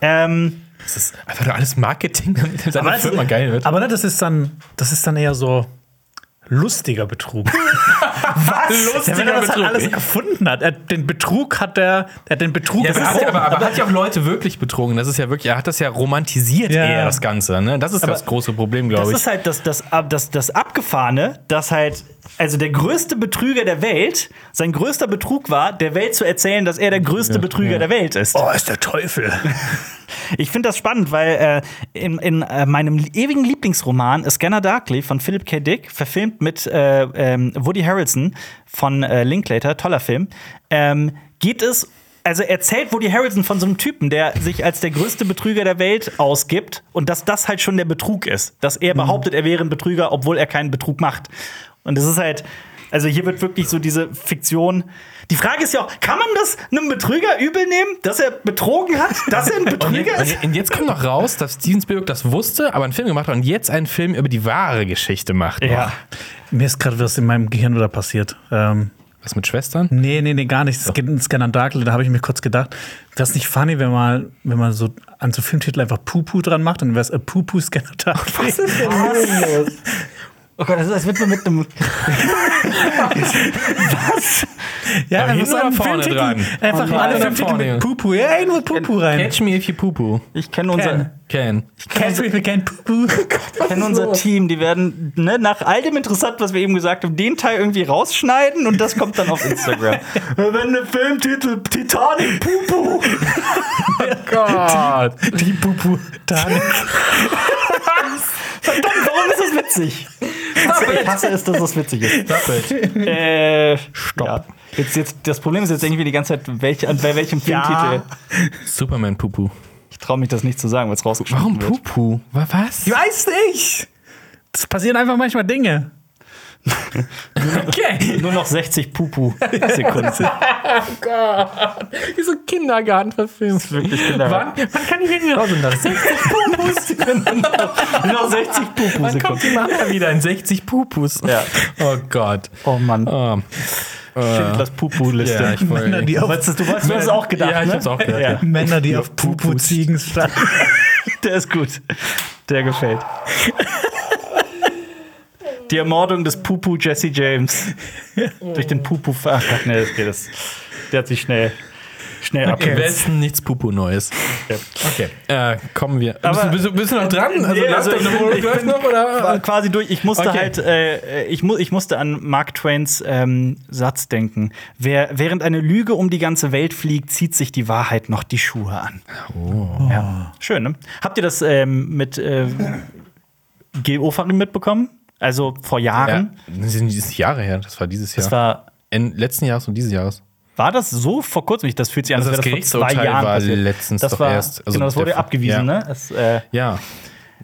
Ähm,
Das ist einfach nur alles Marketing, damit er seine
also-
Firma geil wird.
Aber ne, das ist dann, das ist dann eher so lustiger
*laughs*
Betrug. Was? Lustiger wenn er das
Betrug. eh.
Halt alles erfunden hat. Er, hat den Betrug hat er, er hat den Betrug
Ja, aber, hat,
erfunden.
aber, aber hat ja auch Leute wirklich betrogen. Das ist ja wirklich, er hat das ja romantisiert
Ja.
eher, das Ganze. Ne? Das ist das große Problem,
Das
glaube ich.
ist halt das, das, Ab- das, das Abgefahrene, dass halt, also der größte Betrüger der Welt, sein größter Betrug war, der Welt zu erzählen, dass er der größte Betrüger der Welt ist.
Oh, ist der Teufel.
Ich finde das spannend, weil äh, in, in äh, meinem ewigen Lieblingsroman A Scanner Darkly von Philip K. Dick, verfilmt mit äh, ähm, Woody Harrelson von äh, Linklater, toller Film, ähm, geht es. Also erzählt Woody Harrelson von so einem Typen, der sich als der größte Betrüger der Welt ausgibt und dass das halt schon der Betrug ist. Dass er behauptet, er wäre ein Betrüger, obwohl er keinen Betrug macht. Und das ist halt, also hier wird wirklich so diese Fiktion. Die Frage ist ja auch, kann man das einem Betrüger übel nehmen, dass er betrogen hat, dass er ein
Und jetzt,
Betrüger ist?
und jetzt kommt noch raus, dass Steven Spielberg das wusste, aber einen Film gemacht hat und jetzt einen Film über die wahre Geschichte macht.
Ja.
Mir ist gerade was in meinem Gehirn wieder passiert. Ähm,
Was mit Schwestern?
Nee, nee, nee, gar nicht. Es geht in Scanner Darkly, da habe ich mir kurz gedacht, wäre es nicht funny, wenn man, wenn man so an so Filmtitel einfach Pupu dran macht, dann wäre es Pupu Scanner
*laughs*
Darkly.
Was ist denn los? Oh Gott, das ist, als würde man mit einem.
Ja,
Aber hinten
einen
oder vorne
Filmtitel-
dran?
Einfach
Oh nein.
alle
Oder
Filmtitel
vorne?
mit Pupu. Ja, irgendwo Pupu rein.
Catch also- me if you poo-poo.
Ich kenne unser,
Ken.
Ken.
Catch me, kein Pupu.
*laughs* Oh
kenn unser Team. Die werden ne, nach all dem Interessant, was wir eben gesagt haben, den Teil irgendwie rausschneiden und das kommt dann auf Instagram. *laughs* Wenn der Filmtitel Titanic Pupu.
Gott.
Die Pupu. Dann.
Verdammt, warum ist das witzig? Ich hasse es, dass das witzig ist. Äh, Stopp. Ja. Jetzt, jetzt, das Problem ist jetzt irgendwie die ganze Zeit, welche, an- bei welchem Filmtitel.
*laughs* Superman Pupu.
Ich traue mich das nicht zu sagen, weil es rausgeschnitten
Warum
wird.
Pupu? Wa- Was?
Ich weiß nicht. Es passieren einfach manchmal Dinge.
Okay.
Nur noch 60 Pupu Sekunden.
*laughs* Oh Wie so ein Kindergartenverfilm.
Wirklich Kindergarten. Also
wann kann ich wieder raus? Und dann 60 Pupus. *laughs*
Nur noch 60 Pupu
Wann
Sekunden.
kommt die Mama wieder in 60 Pupus?
Ja.
Oh Gott.
Oh Mann.
Ah.
Schindlers Pupu-Liste.
Ja, ich wollte.
Die auf,
Wolltest du, du wolltest- du hast es auch gedacht,
Ja, ich
ne?
hab's auch gedacht. Ja.
*laughs* Männer, die auf
*laughs*
Pupu-Ziegen standen.
Der ist gut. Der gefällt. Die Ermordung des Pupu Jesse James. Durch den Pupu. Ach, nee, das geht. Das, der hat sich schnell, schnell
Im
abgesetzt.
Westen nichts Pupu Neues. Okay, äh, kommen wir.
Aber-
bist, du, bist du noch dran? Also,
Nee, also
läuft
ich bin- ich
läuft
bin-
noch oder?
war quasi durch. Ich musste
Okay.
halt, äh, ich, mu ich musste an Mark Twains ähm, Satz denken. Wer, während eine Lüge um die ganze Welt fliegt, zieht sich die Wahrheit noch die Schuhe an. Ja. Schön, ne? Habt ihr das ähm, mit äh, Gil Ofarim mitbekommen? Also vor
Ja,
Jahren.
das sind dieses Jahre her. Das war dieses Jahr.
Das war,
in letzten Jahres und dieses Jahres.
war das so vor kurzem? Das fühlt sich an, als
Also
wäre das
das
vor zwei
Gerichtsurteil
Jahren
war
passiert.
letztens
das
doch
war,
erst. Also
genau, das wurde
der-
abgewiesen,
ja.
ne? Das, äh,
Ja.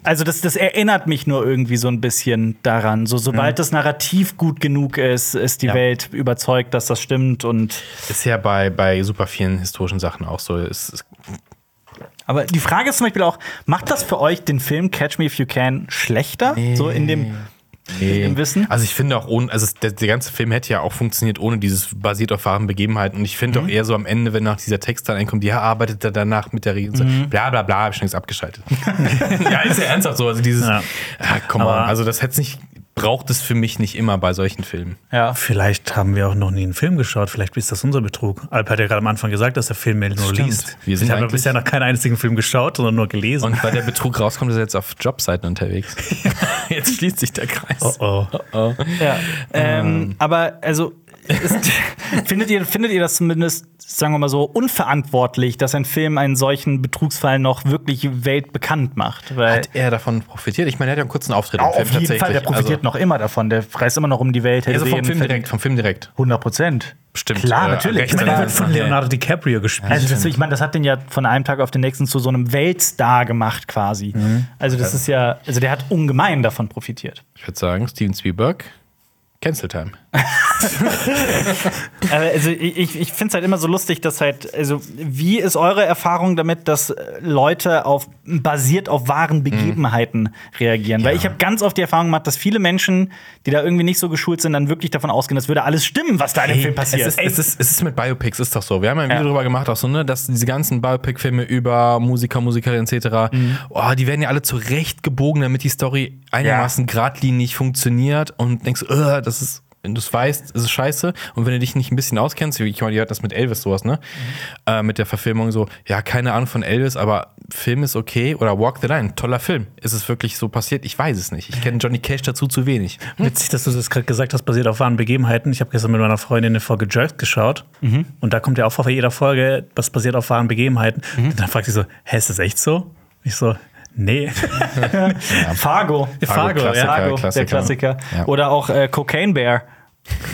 Also das, das erinnert mich nur irgendwie so ein bisschen daran. So, sobald das Narrativ gut genug ist, ist die
Mhm. Ja.
Welt überzeugt, dass das stimmt. Und
Ist ja bei, bei super vielen historischen Sachen auch so. Es, es,
aber die Frage ist zum Beispiel auch: Macht das für euch den Film Catch Me If You Can schlechter? So in dem Im Wissen?
Also ich finde auch ohne, also es- der, der ganze Film hätte ja auch funktioniert ohne dieses basiert auf wahren Begebenheiten. Und ich finde
Mhm.
auch eher so am Ende, wenn nach dieser Text dann einkommt, ja, arbeitet er danach mit der Regel.
Mhm.
so, Bla bla bla, hab ich schon jetzt abgeschaltet.
*laughs*
ja, ist ja ernsthaft so. Also dieses,
Ja.
ja. komm mal,
Aber-
also das hätte nicht, braucht es für mich nicht immer bei solchen Filmen.
ja.
Vielleicht haben wir auch noch nie einen Film geschaut. Vielleicht ist das unser Betrug. Alp hat ja gerade am Anfang gesagt, dass der Film mehr nur
stimmt.
liest.
Wir sind
ich habe
eigentlich-
bisher noch keinen einzigen Film geschaut, sondern nur gelesen.
Und weil der Betrug rauskommt, ist er jetzt auf Jobseiten
*laughs*
unterwegs. jetzt schließt sich der Kreis.
oh, oh.
ja. Ähm, aber also ist, *laughs* findet, ihr, findet ihr das zumindest, sagen wir mal so, unverantwortlich, dass ein Film einen solchen Betrugsfall noch wirklich weltbekannt macht? Weil
Hat er davon profitiert? Ich meine, er hat ja einen kurzen Auftritt im Film
auf jeden Fall, der profitiert noch immer davon. Der reist immer noch um die Welt.
also, also vom
Helden,
Film
verdient
direkt, vom Film direkt.
100 Prozent.
Bestimmt.
Klar,
äh,
natürlich.
Ich meine, der wird
Rechtsanwalt.
von Leonardo DiCaprio gespielt.
Also das, ich meine, das hat den ja von einem Tag auf den nächsten zu so einem Weltstar gemacht quasi.
Mhm.
Also das ist ja, also der hat ungemein davon profitiert.
Ich würde sagen, Steven Spielberg, Cancel Time.
Aber also ich, ich- ich finde es halt immer so lustig, dass halt, also wie ist eure Erfahrung damit, dass äh, Leute auf basiert auf wahren
Mhm.
Begebenheiten reagieren? Weil ich habe ganz oft die Erfahrung gemacht, dass viele Menschen, die da irgendwie nicht so geschult sind, dann wirklich davon ausgehen, das würde alles stimmen, was da in dem Film passiert.
Es ist, es, ist, es ist mit Biopics, ist doch so. Wir haben ja ein
Ja.
Video drüber gemacht, auch so, ne, dass diese ganzen Biopic-Filme über Musiker, Musikerinnen etc., oh, die werden ja alle zurecht gebogen, damit die Story einigermaßen geradlinig funktioniert und denkst, äh, das ist. Wenn du es weißt, ist es scheiße. Und wenn du dich nicht ein bisschen auskennst, wie ich meine, die hatten das mit Elvis sowas, ne? Äh, mit der Verfilmung so, ja, keine Ahnung von Elvis, aber Film ist okay. Oder Walk the Line, toller Film. Ist es wirklich so passiert? Ich weiß es nicht. Ich kenne Johnny Cash dazu zu wenig.
hm.
Witzig, dass du das gerade gesagt hast, basiert auf wahren Begebenheiten. Ich habe gestern mit meiner Freundin eine Folge Jerks geschaut
Mhm.
und da kommt ja auch vor jeder Folge, was basiert auf wahren Begebenheiten.
Mhm.
Und dann fragt sie so, hä, ist das echt so? Ich so, nee.
Fargo.
Fargo,
Klassiker,
ja.
Fargo,
Klassiker.
der Klassiker.
Ja.
Oder auch äh, Cocaine Bear.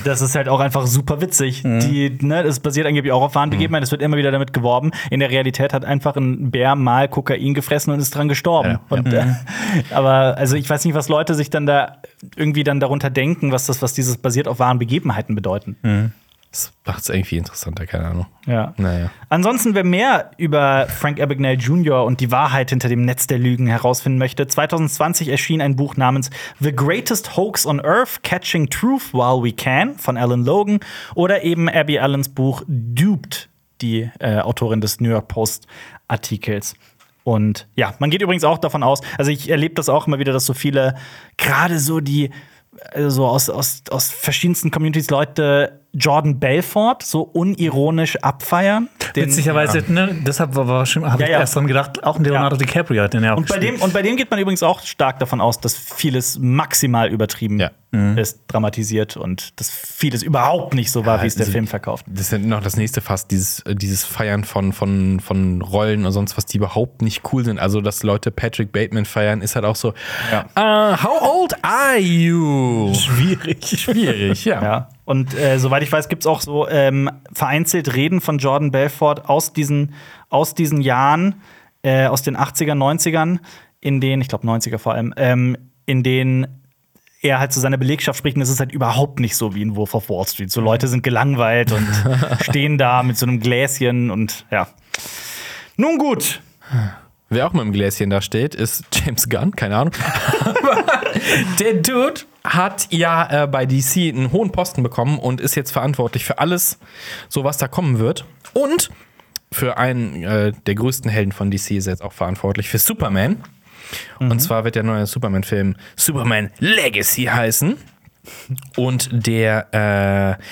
Das ist halt auch einfach super witzig.
Mhm.
Die, ne, das basiert angeblich auch auf wahren Begebenheiten. Es wird immer wieder damit geworben. In der Realität hat einfach ein Bär mal Kokain gefressen und ist dran gestorben.
Ja, Mhm. ja.
Und, äh, aber also ich weiß nicht, was Leute sich dann da irgendwie dann darunter denken, was das, was dieses basiert auf wahren Begebenheiten bedeuten.
Mhm. Das macht es irgendwie interessanter, keine Ahnung.
Ja.
Naja.
Ansonsten, wer mehr über Frank Abagnale Jr. und die Wahrheit hinter dem Netz der Lügen herausfinden möchte, 2020 erschien ein Buch namens The Greatest Hoax on Earth: Catching Truth While We Can von Alan Logan oder eben Abby Allens Buch Duped, die äh, Autorin des New York Post Artikels. Und ja, man geht übrigens auch davon aus, also ich erlebe das auch immer wieder, dass so viele, gerade so die also so aus, aus, aus verschiedensten Communities Leute Jordan Belfort so unironisch abfeiern. Den-
*laughs* Witzigerweise, ne, deshalb war, war schon, habe
Ja,
ich
ja.
erst dran gedacht, auch ein Leonardo DiCaprio hat den ja auch
Und bei, dem, und bei dem geht man übrigens auch stark davon aus, dass vieles maximal übertrieben
Ja.
ist, dramatisiert und dass vieles überhaupt nicht so war, wie es der
also-
Film verkauft.
Das ist ja noch das nächste Fass, dieses, äh, dieses Feiern von, von, von Rollen und sonst was, die überhaupt nicht cool sind. Also, dass Leute Patrick Bateman feiern, ist halt auch so, äh, how old are you?
schwierig.
Schwierig, ja.
Ja. Und äh, soweit ich weiß, gibt es auch so ähm, vereinzelt Reden von Jordan Belfort aus diesen, aus diesen Jahren, äh, aus den 80er, 90ern, in denen, ich glaube 90er vor allem, ähm, in denen er halt zu seiner Belegschaft spricht und es ist halt überhaupt nicht so wie ein Wolf of Wall Street. So Leute sind gelangweilt
*laughs*
und stehen da mit so einem Gläschen und ja. Nun gut.
Wer auch mit dem Gläschen da steht, ist *laughs* James Gunn, keine Ahnung. *laughs* Der Dude hat ja äh, bei DC einen hohen Posten bekommen und ist jetzt verantwortlich für alles, so was da kommen wird. Und für einen äh, der größten Helden von DC ist er jetzt auch verantwortlich, für Superman. Und zwar wird der neue Superman-Film Superman Legacy heißen. Und der äh,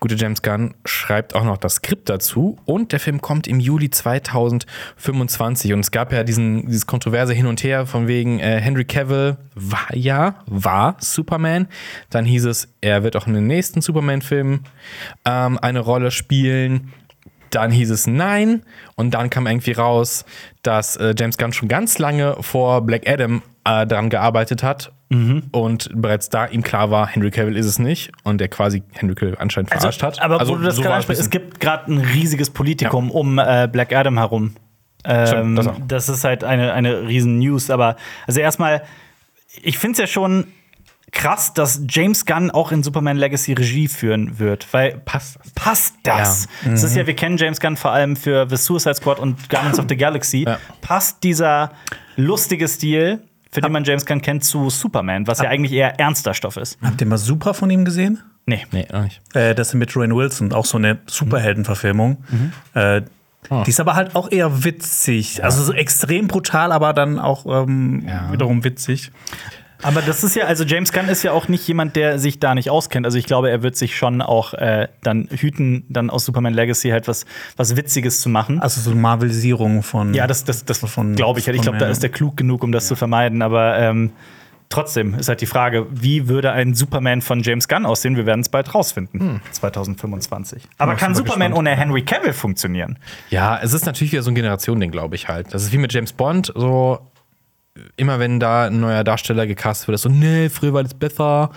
gute James Gunn schreibt auch noch das Skript dazu. Und der Film kommt im Juli 2025. Und es gab ja diesen, dieses kontroverse Hin und Her von wegen äh, Henry Cavill war ja, war Superman. Dann hieß es, er wird auch in den nächsten Superman-Filmen ähm, eine Rolle spielen. Dann hieß es nein. Und dann kam irgendwie raus, dass äh, James Gunn schon ganz lange vor Black Adam äh, daran gearbeitet hat.
Mhm.
Und bereits da ihm klar war, Henry Cavill ist es nicht. Und er quasi Henry Cavill anscheinend verarscht hat.
Also,
Also
Aber wo du das gerade
war es
ansprichst, es
ein bisschen-
gibt gerade ein riesiges Politikum um äh, Black Adam herum. Ähm,
Stimmt, das
das,
auch.
ist halt eine, eine riesen News. Aber also erstmal, ich finde es ja schon krass, dass James Gunn auch in Superman Legacy Regie führen wird. Weil passt, passt das? Es
Mhm.
ist ja, wir kennen James Gunn vor allem für The Suicide Squad und Guardians of the Galaxy. Passt dieser lustige Stil, für den man James Gunn kennt, zu Superman, was ja eigentlich eher ernster Stoff ist.
Habt ihr mal Super von ihm gesehen?
Nee.
Nee, noch nicht.
Äh, das ist mit Rain Wilson, auch so eine Superheldenverfilmung. Äh, Die ist aber halt auch eher witzig. Also so extrem brutal, aber dann auch ähm, wiederum witzig.
Aber das ist ja, also James Gunn ist ja auch nicht jemand, der sich da nicht auskennt. Also ich glaube, er wird sich schon auch äh, dann hüten, dann aus Superman Legacy halt was, was Witziges zu machen.
Also so Marvelisierung von.
ja, das, das, das
Von-
glaube ich halt. Ich glaube, da
von-
ist der klug genug, um das zu vermeiden. Aber ähm, trotzdem ist halt die Frage, wie würde ein Superman von James Gunn aussehen? Wir werden es bald rausfinden, 2025. Aber kann Superman ohne Henry Cavill funktionieren?
Ja, es ist natürlich wieder so ein Generationending, glaube ich halt. Das ist wie mit James Bond, so immer wenn da ein neuer Darsteller gecastet wird, ist so, nee, früher war das besser.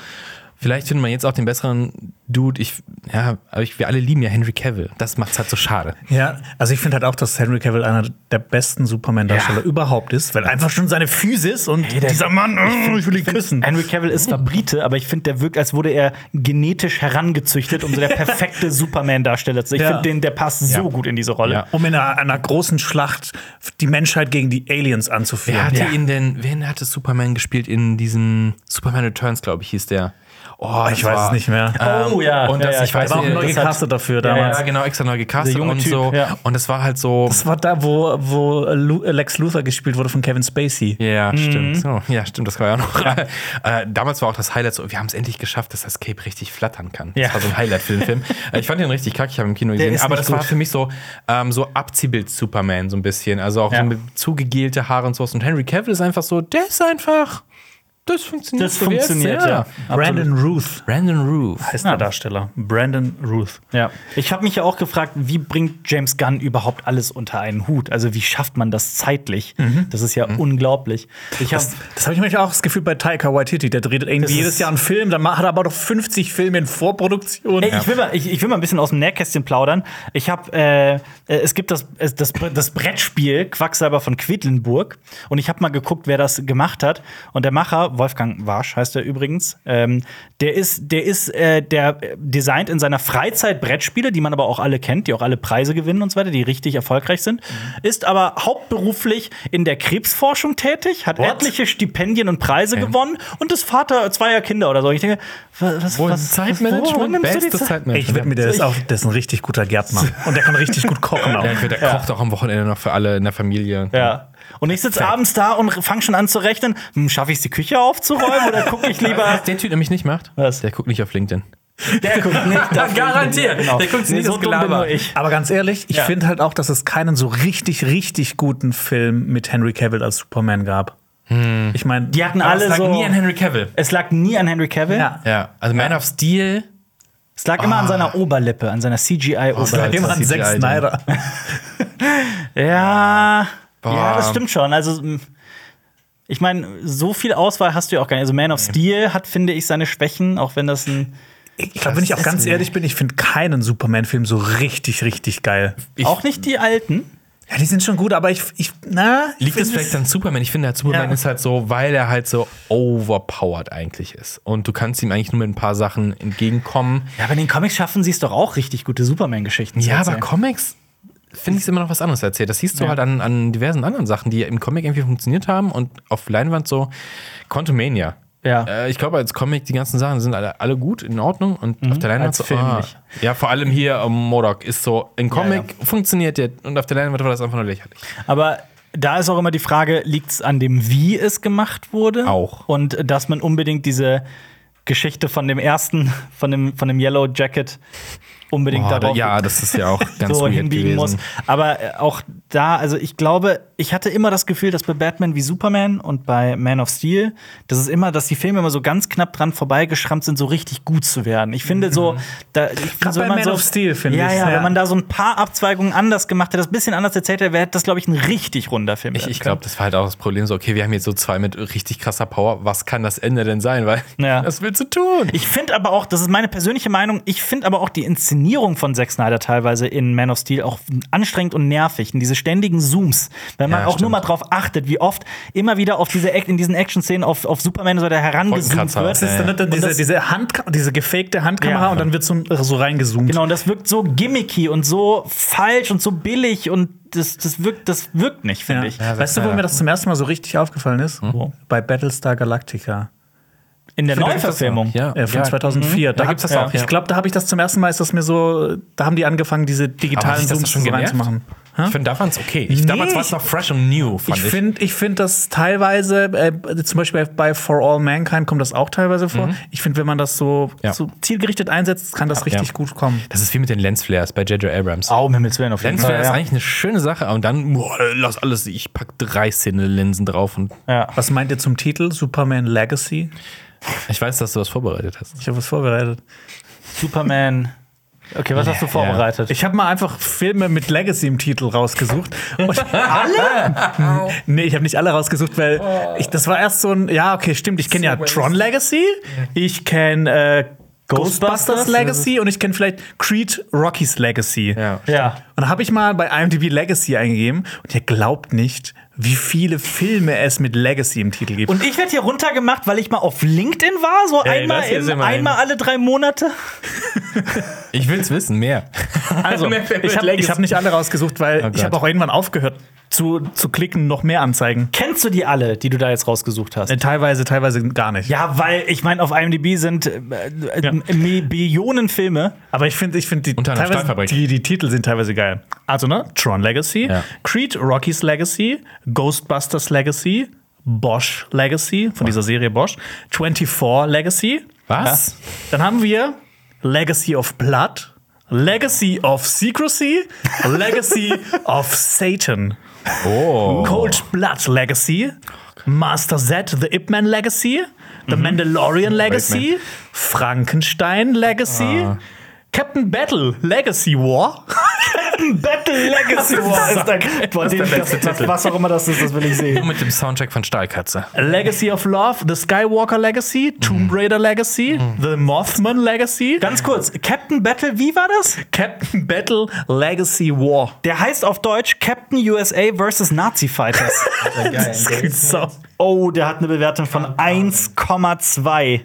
Vielleicht findet man jetzt auch den besseren Dude. Ich, ja, aber ich, wir alle lieben ja Henry Cavill. Das macht's halt so schade.
Ja, also ich finde halt auch, dass Henry Cavill einer der besten Superman-Darsteller
Ja.
überhaupt ist, weil einfach schon seine Physis und dieser Mann, oh, ich will ihn küssen.
Henry Cavill ist zwar Brite, aber ich finde, der wirkt, als wurde er genetisch herangezüchtet, um so der perfekte Superman-Darsteller zu sein. Ich
Ja.
finde, den- der passt so
Ja.
gut in diese Rolle.
Ja.
Um in einer, einer großen Schlacht die Menschheit gegen die Aliens
Wer
anzuführen.
hatte ihn denn, wen hatte Superman gespielt in diesem Superman Returns, glaube ich, hieß der. Oh,
Ah, Ich weiß es nicht mehr.
Oh, ja.
Und das,
Ja, ja,
ich
Er
weiß
war auch
nicht,
neu
das hat-
gecastet dafür damals.
Ja, genau, extra neu gecastet
Der junge
und
Typ,
so.
ja.
Und es war halt so.
Das war da, wo, wo Lu Lex Luthor gespielt wurde von Kevin Spacey.
Ja,
Mhm.
stimmt. So, ja, stimmt, das war ja noch. Äh, damals war auch das Highlight so, wir haben es endlich geschafft, dass das Cape richtig flattern kann.
Ja.
Das war so ein Highlight für den
*laughs*
Film. Äh, ich fand den richtig kacke, ich habe ihn im Kino gesehen.
ist
Aber
nicht
das war
gut.
für mich so, ähm, so Abziehbild-Superman so ein bisschen. Also auch
Ja.
so mit zugegelte Haare und sowas. Und Henry Cavill ist einfach so, der ist einfach, das funktioniert.
Das
so, wie er ist.
funktioniert, ja.
Brandon Ruth
Brandon Roof.
heißt der Darsteller. Brandon Ruth.
Ja. Ich habe mich ja auch gefragt, wie bringt James Gunn überhaupt alles unter einen Hut? Also, wie schafft man das zeitlich? Das ist ja unglaublich. Ich hab,
Das, das habe ich manchmal auch das Gefühl bei Taika Waititi. Der dreht irgendwie
Das ist-
jedes Jahr einen Film, dann macht er aber doch 50 Filme in Vorproduktion.
Ey, ich, will mal, ich, ich will mal ein bisschen aus dem Nähkästchen plaudern. Ich habe, äh, äh, es gibt das, es- das, Bre- das Brettspiel Quacksalber von Quedlinburg und ich habe mal geguckt, wer das gemacht hat. Und der Macher, Wolfgang Warsch heißt er übrigens, ähm, der ist, der ist, äh, der äh, designt in seiner Freizeit Brettspiele, die man aber auch alle kennt, die auch alle Preise gewinnen und so weiter, die richtig erfolgreich sind, ist aber hauptberuflich in der Krebsforschung tätig, hat etliche Stipendien und Preise gewonnen und ist Vater zweier Kinder oder so. Ich denke, wa- was,
Wohl
was,
Zeitmanagement,
warum nimmst du die
bestes
Zeit?
Ey, ich
Zeitmanagement.
wette mir, der ist auch der ist ein richtig
*laughs*
guter Gärtner. Und der kann richtig gut kochen auch.
Ja, Der kocht auch am Wochenende noch für alle in der Familie.
Ja. Und ich sitze abends da und fange schon an zu rechnen, hm, schaffe ich die Küche aufzuräumen oder gucke *laughs* ich lieber.
Was der Typ nämlich nicht macht,
Was?
der guckt nicht auf LinkedIn.
Der guckt *laughs* nicht. das-
Garantiert. Der guckt sich nicht
so dumm
das
bin
Gelaber.
nur ich.
Aber ganz ehrlich, ich
Ja.
finde halt auch, dass es keinen so richtig, richtig guten Film mit Henry Cavill als Superman gab.
Hm.
Ich meine,
Die hatten
Aber es
alle
lag
so.
nie an Henry Cavill.
Es lag nie an Henry Cavill.
ja.
Ja, also Man of Steel.
Es lag immer an seiner Oberlippe, an seiner CGI-Oberlippe.
immer
Das
an
ist
Zack
CGI,
Snyder.
ja. Ja,
Boah.
das stimmt schon. Also. m, Ich meine, so viel Auswahl hast du ja auch gar nicht. Also Man of Steel hat, finde ich, seine Schwächen, auch wenn das ein.
Ich glaube, wenn ich auch ganz ehrlich bin, ich finde keinen Superman-Film so richtig, richtig geil.
Ich-
auch nicht die alten.
Ja, die sind schon gut, aber ich, ich na, ich
Liegt es
find
vielleicht an Superman? Ich finde, halt, Superman
Ja.
ist halt so, weil er halt so overpowered eigentlich ist. Und du kannst ihm eigentlich nur mit ein paar Sachen entgegenkommen.
Ja, aber in den Comics schaffen sie es doch auch richtig gute Superman-Geschichten. zu
Ja, aber
erzählen.
Comics finde ich es immer noch was anderes erzählt. Das siehst du halt an, an diversen anderen Sachen, die im Comic irgendwie funktioniert haben und auf Leinwand so Quantumania.
Ja.
Äh, ich glaube, als Comic, die ganzen Sachen sind alle, alle gut, in Ordnung und auf der Leinwand ah.
als Film nicht.
Ja, vor allem hier ähm, Modok ist so, im Comic funktioniert der und auf der Leinwand war das einfach nur lächerlich.
Aber Da ist auch immer die Frage, liegt es an dem, wie es gemacht wurde?
Auch.
Und äh, dass man unbedingt diese Geschichte von dem ersten, von dem, von dem Yellow Jacket unbedingt
Boah, Ah, da,
darauf
ja, das ist ja
*laughs*
auch ganz
so
weird
hinbiegen muss.
gewesen.
Aber äh, auch da, also ich glaube, ich hatte immer das Gefühl, dass bei Batman wie Superman und bei Man of Steel, das ist immer, dass die Filme immer so ganz knapp dran vorbeigeschrammt sind, so richtig gut zu werden. Ich finde so, da, ich finde
Mhm. Gerade
so,
bei
wenn man
Man
so,
of Steel, finde
ja,
ich,
Ja,
ja.
wenn man da so ein paar Abzweigungen anders gemacht hätte, das ein bisschen anders erzählt hätte, wäre das, glaube ich, ein richtig runder Film.
Ich,
werden
ich
können.
glaube, das war halt auch das Problem, so, okay, wir haben jetzt so zwei mit richtig krasser Power, was kann das Ende denn sein? Weil,
Ja.
*laughs* was willst du tun?
Ich finde aber auch, das ist meine persönliche Meinung, ich finde aber auch die Inszenierung von Zack Snyder teilweise in Man of Steel auch anstrengend und nervig. Und diese ständigen Zooms, wenn man
Ja,
auch nur
stimmt.
mal drauf achtet, wie oft immer wieder auf diese Act- in diesen Action-Szenen auf, auf Superman so der herangezoomt
Wolkenkratzer.
wird.
Das ist dann, dann
Und
diese,
das-
diese, Hand, diese gefakte Handkamera
Ja.
und dann wird so, so reingezoomt.
Genau, und das wirkt so gimmicky und so falsch und so billig und das, das, wirkt, das wirkt nicht, finde
Ja.
ich.
weißt du, wo mir das zum ersten Mal so richtig aufgefallen ist?
Hm?
Wo?
Bei Battlestar Galactica
In der
Vielleicht ist das
Neuverfilmung.
auch, ja. Mhm.
äh, von 2004.
Da
hat-
gibt's das
auch,
Ich
ja.
glaube, da habe ich das zum ersten Mal, ist das mir so, da haben die angefangen, diese digitalen
dich das
Zooms
schon
so
genervt?
reinzumachen. Hä?
Ich finde, damals okay. Ich,
Nee,
damals war es
ich-
noch fresh und new, fand
Ich
ich.
finde, ich finde das teilweise, äh, zum Beispiel bei For All Mankind kommt das auch teilweise vor. Ich finde, wenn man das so,
Mhm. Ja.
so zielgerichtet einsetzt, kann das richtig
ja.
gut kommen.
das ist wie mit den Lensflares bei J.J. Abrams.
Oh, um Himmels Willen auf jeden
Lensflare
Fall.
ist
Ja.
eigentlich eine schöne Sache, und dann, boah, lass alles, ich pack drei Szene-Linsen drauf und
Ja.
Was meint ihr zum Titel? Superman Legacy?
ich weiß, dass du das vorbereitet hast.
Ich habe was vorbereitet.
Superman. Okay, was hast du vorbereitet?
Ich habe mal einfach Filme mit Legacy im Titel rausgesucht.
*laughs*
Und alle? nee, ich habe nicht alle rausgesucht, weil ich, das war erst so ein, ja, okay, stimmt, ich kenne ja Tron Legacy, ich kenne äh, Ghostbusters,
Ghostbusters?
Legacy und ich kenne vielleicht Creed Rockies Legacy.
ja.
Und da habe ich mal bei IMDb Legacy eingegeben und ihr glaubt nicht, wie viele Filme es mit Legacy im Titel gibt.
Und ich werde hier runtergemacht, weil ich mal auf LinkedIn war, so
Ey,
einmal,
das hier
im,
sind wir hin.
einmal alle drei Monate.
Ich will's wissen, mehr.
also,
Mehr Filme
ich habe
mit Legacy.
hab nicht alle rausgesucht, weil ich habe
Gott.
auch irgendwann aufgehört zu, zu klicken, noch mehr anzeigen.
Kennst du die alle, die du da jetzt rausgesucht hast?
Äh, Teilweise, teilweise gar nicht.
Ja, weil ich meine, auf IMDb sind äh, äh,
Ja.
Mi- Billionen *laughs* Filme.
Aber ich finde, ich finde die,
Unter einer
teilweise-
Stahlfabrik.
die, die Titel sind teilweise geil. Also, ne? Tron Legacy,
Ja.
Creed Rockies Legacy, Ghostbusters Legacy, Bosch Legacy, von dieser Serie Bosch, 24 Legacy.
Was?
Dann haben wir Legacy of Blood, Legacy of Secrecy,
*laughs*
Legacy of Satan,
Oh.
Cold Blood Legacy, Master Z, The Ip Man Legacy, The
Mhm.
Mandalorian Legacy, Frankenstein Legacy,
Ah.
Captain Battle Legacy War.
Battle *laughs* Legacy War ist dein, boah, den, das, das, was auch immer das ist, das will ich sehen.
Mit dem Soundtrack von Stahlkatze.
Legacy of Love, The Skywalker Legacy,
Mhm.
Tomb Raider Legacy, The Mothman Legacy,
Ganz kurz, Captain Battle, wie war das?
Captain Battle Legacy War.
Der heißt auf Deutsch Captain USA vs. Nazi Fighters.
Das klingt so.
Oh, der hat eine Bewertung von 1,2.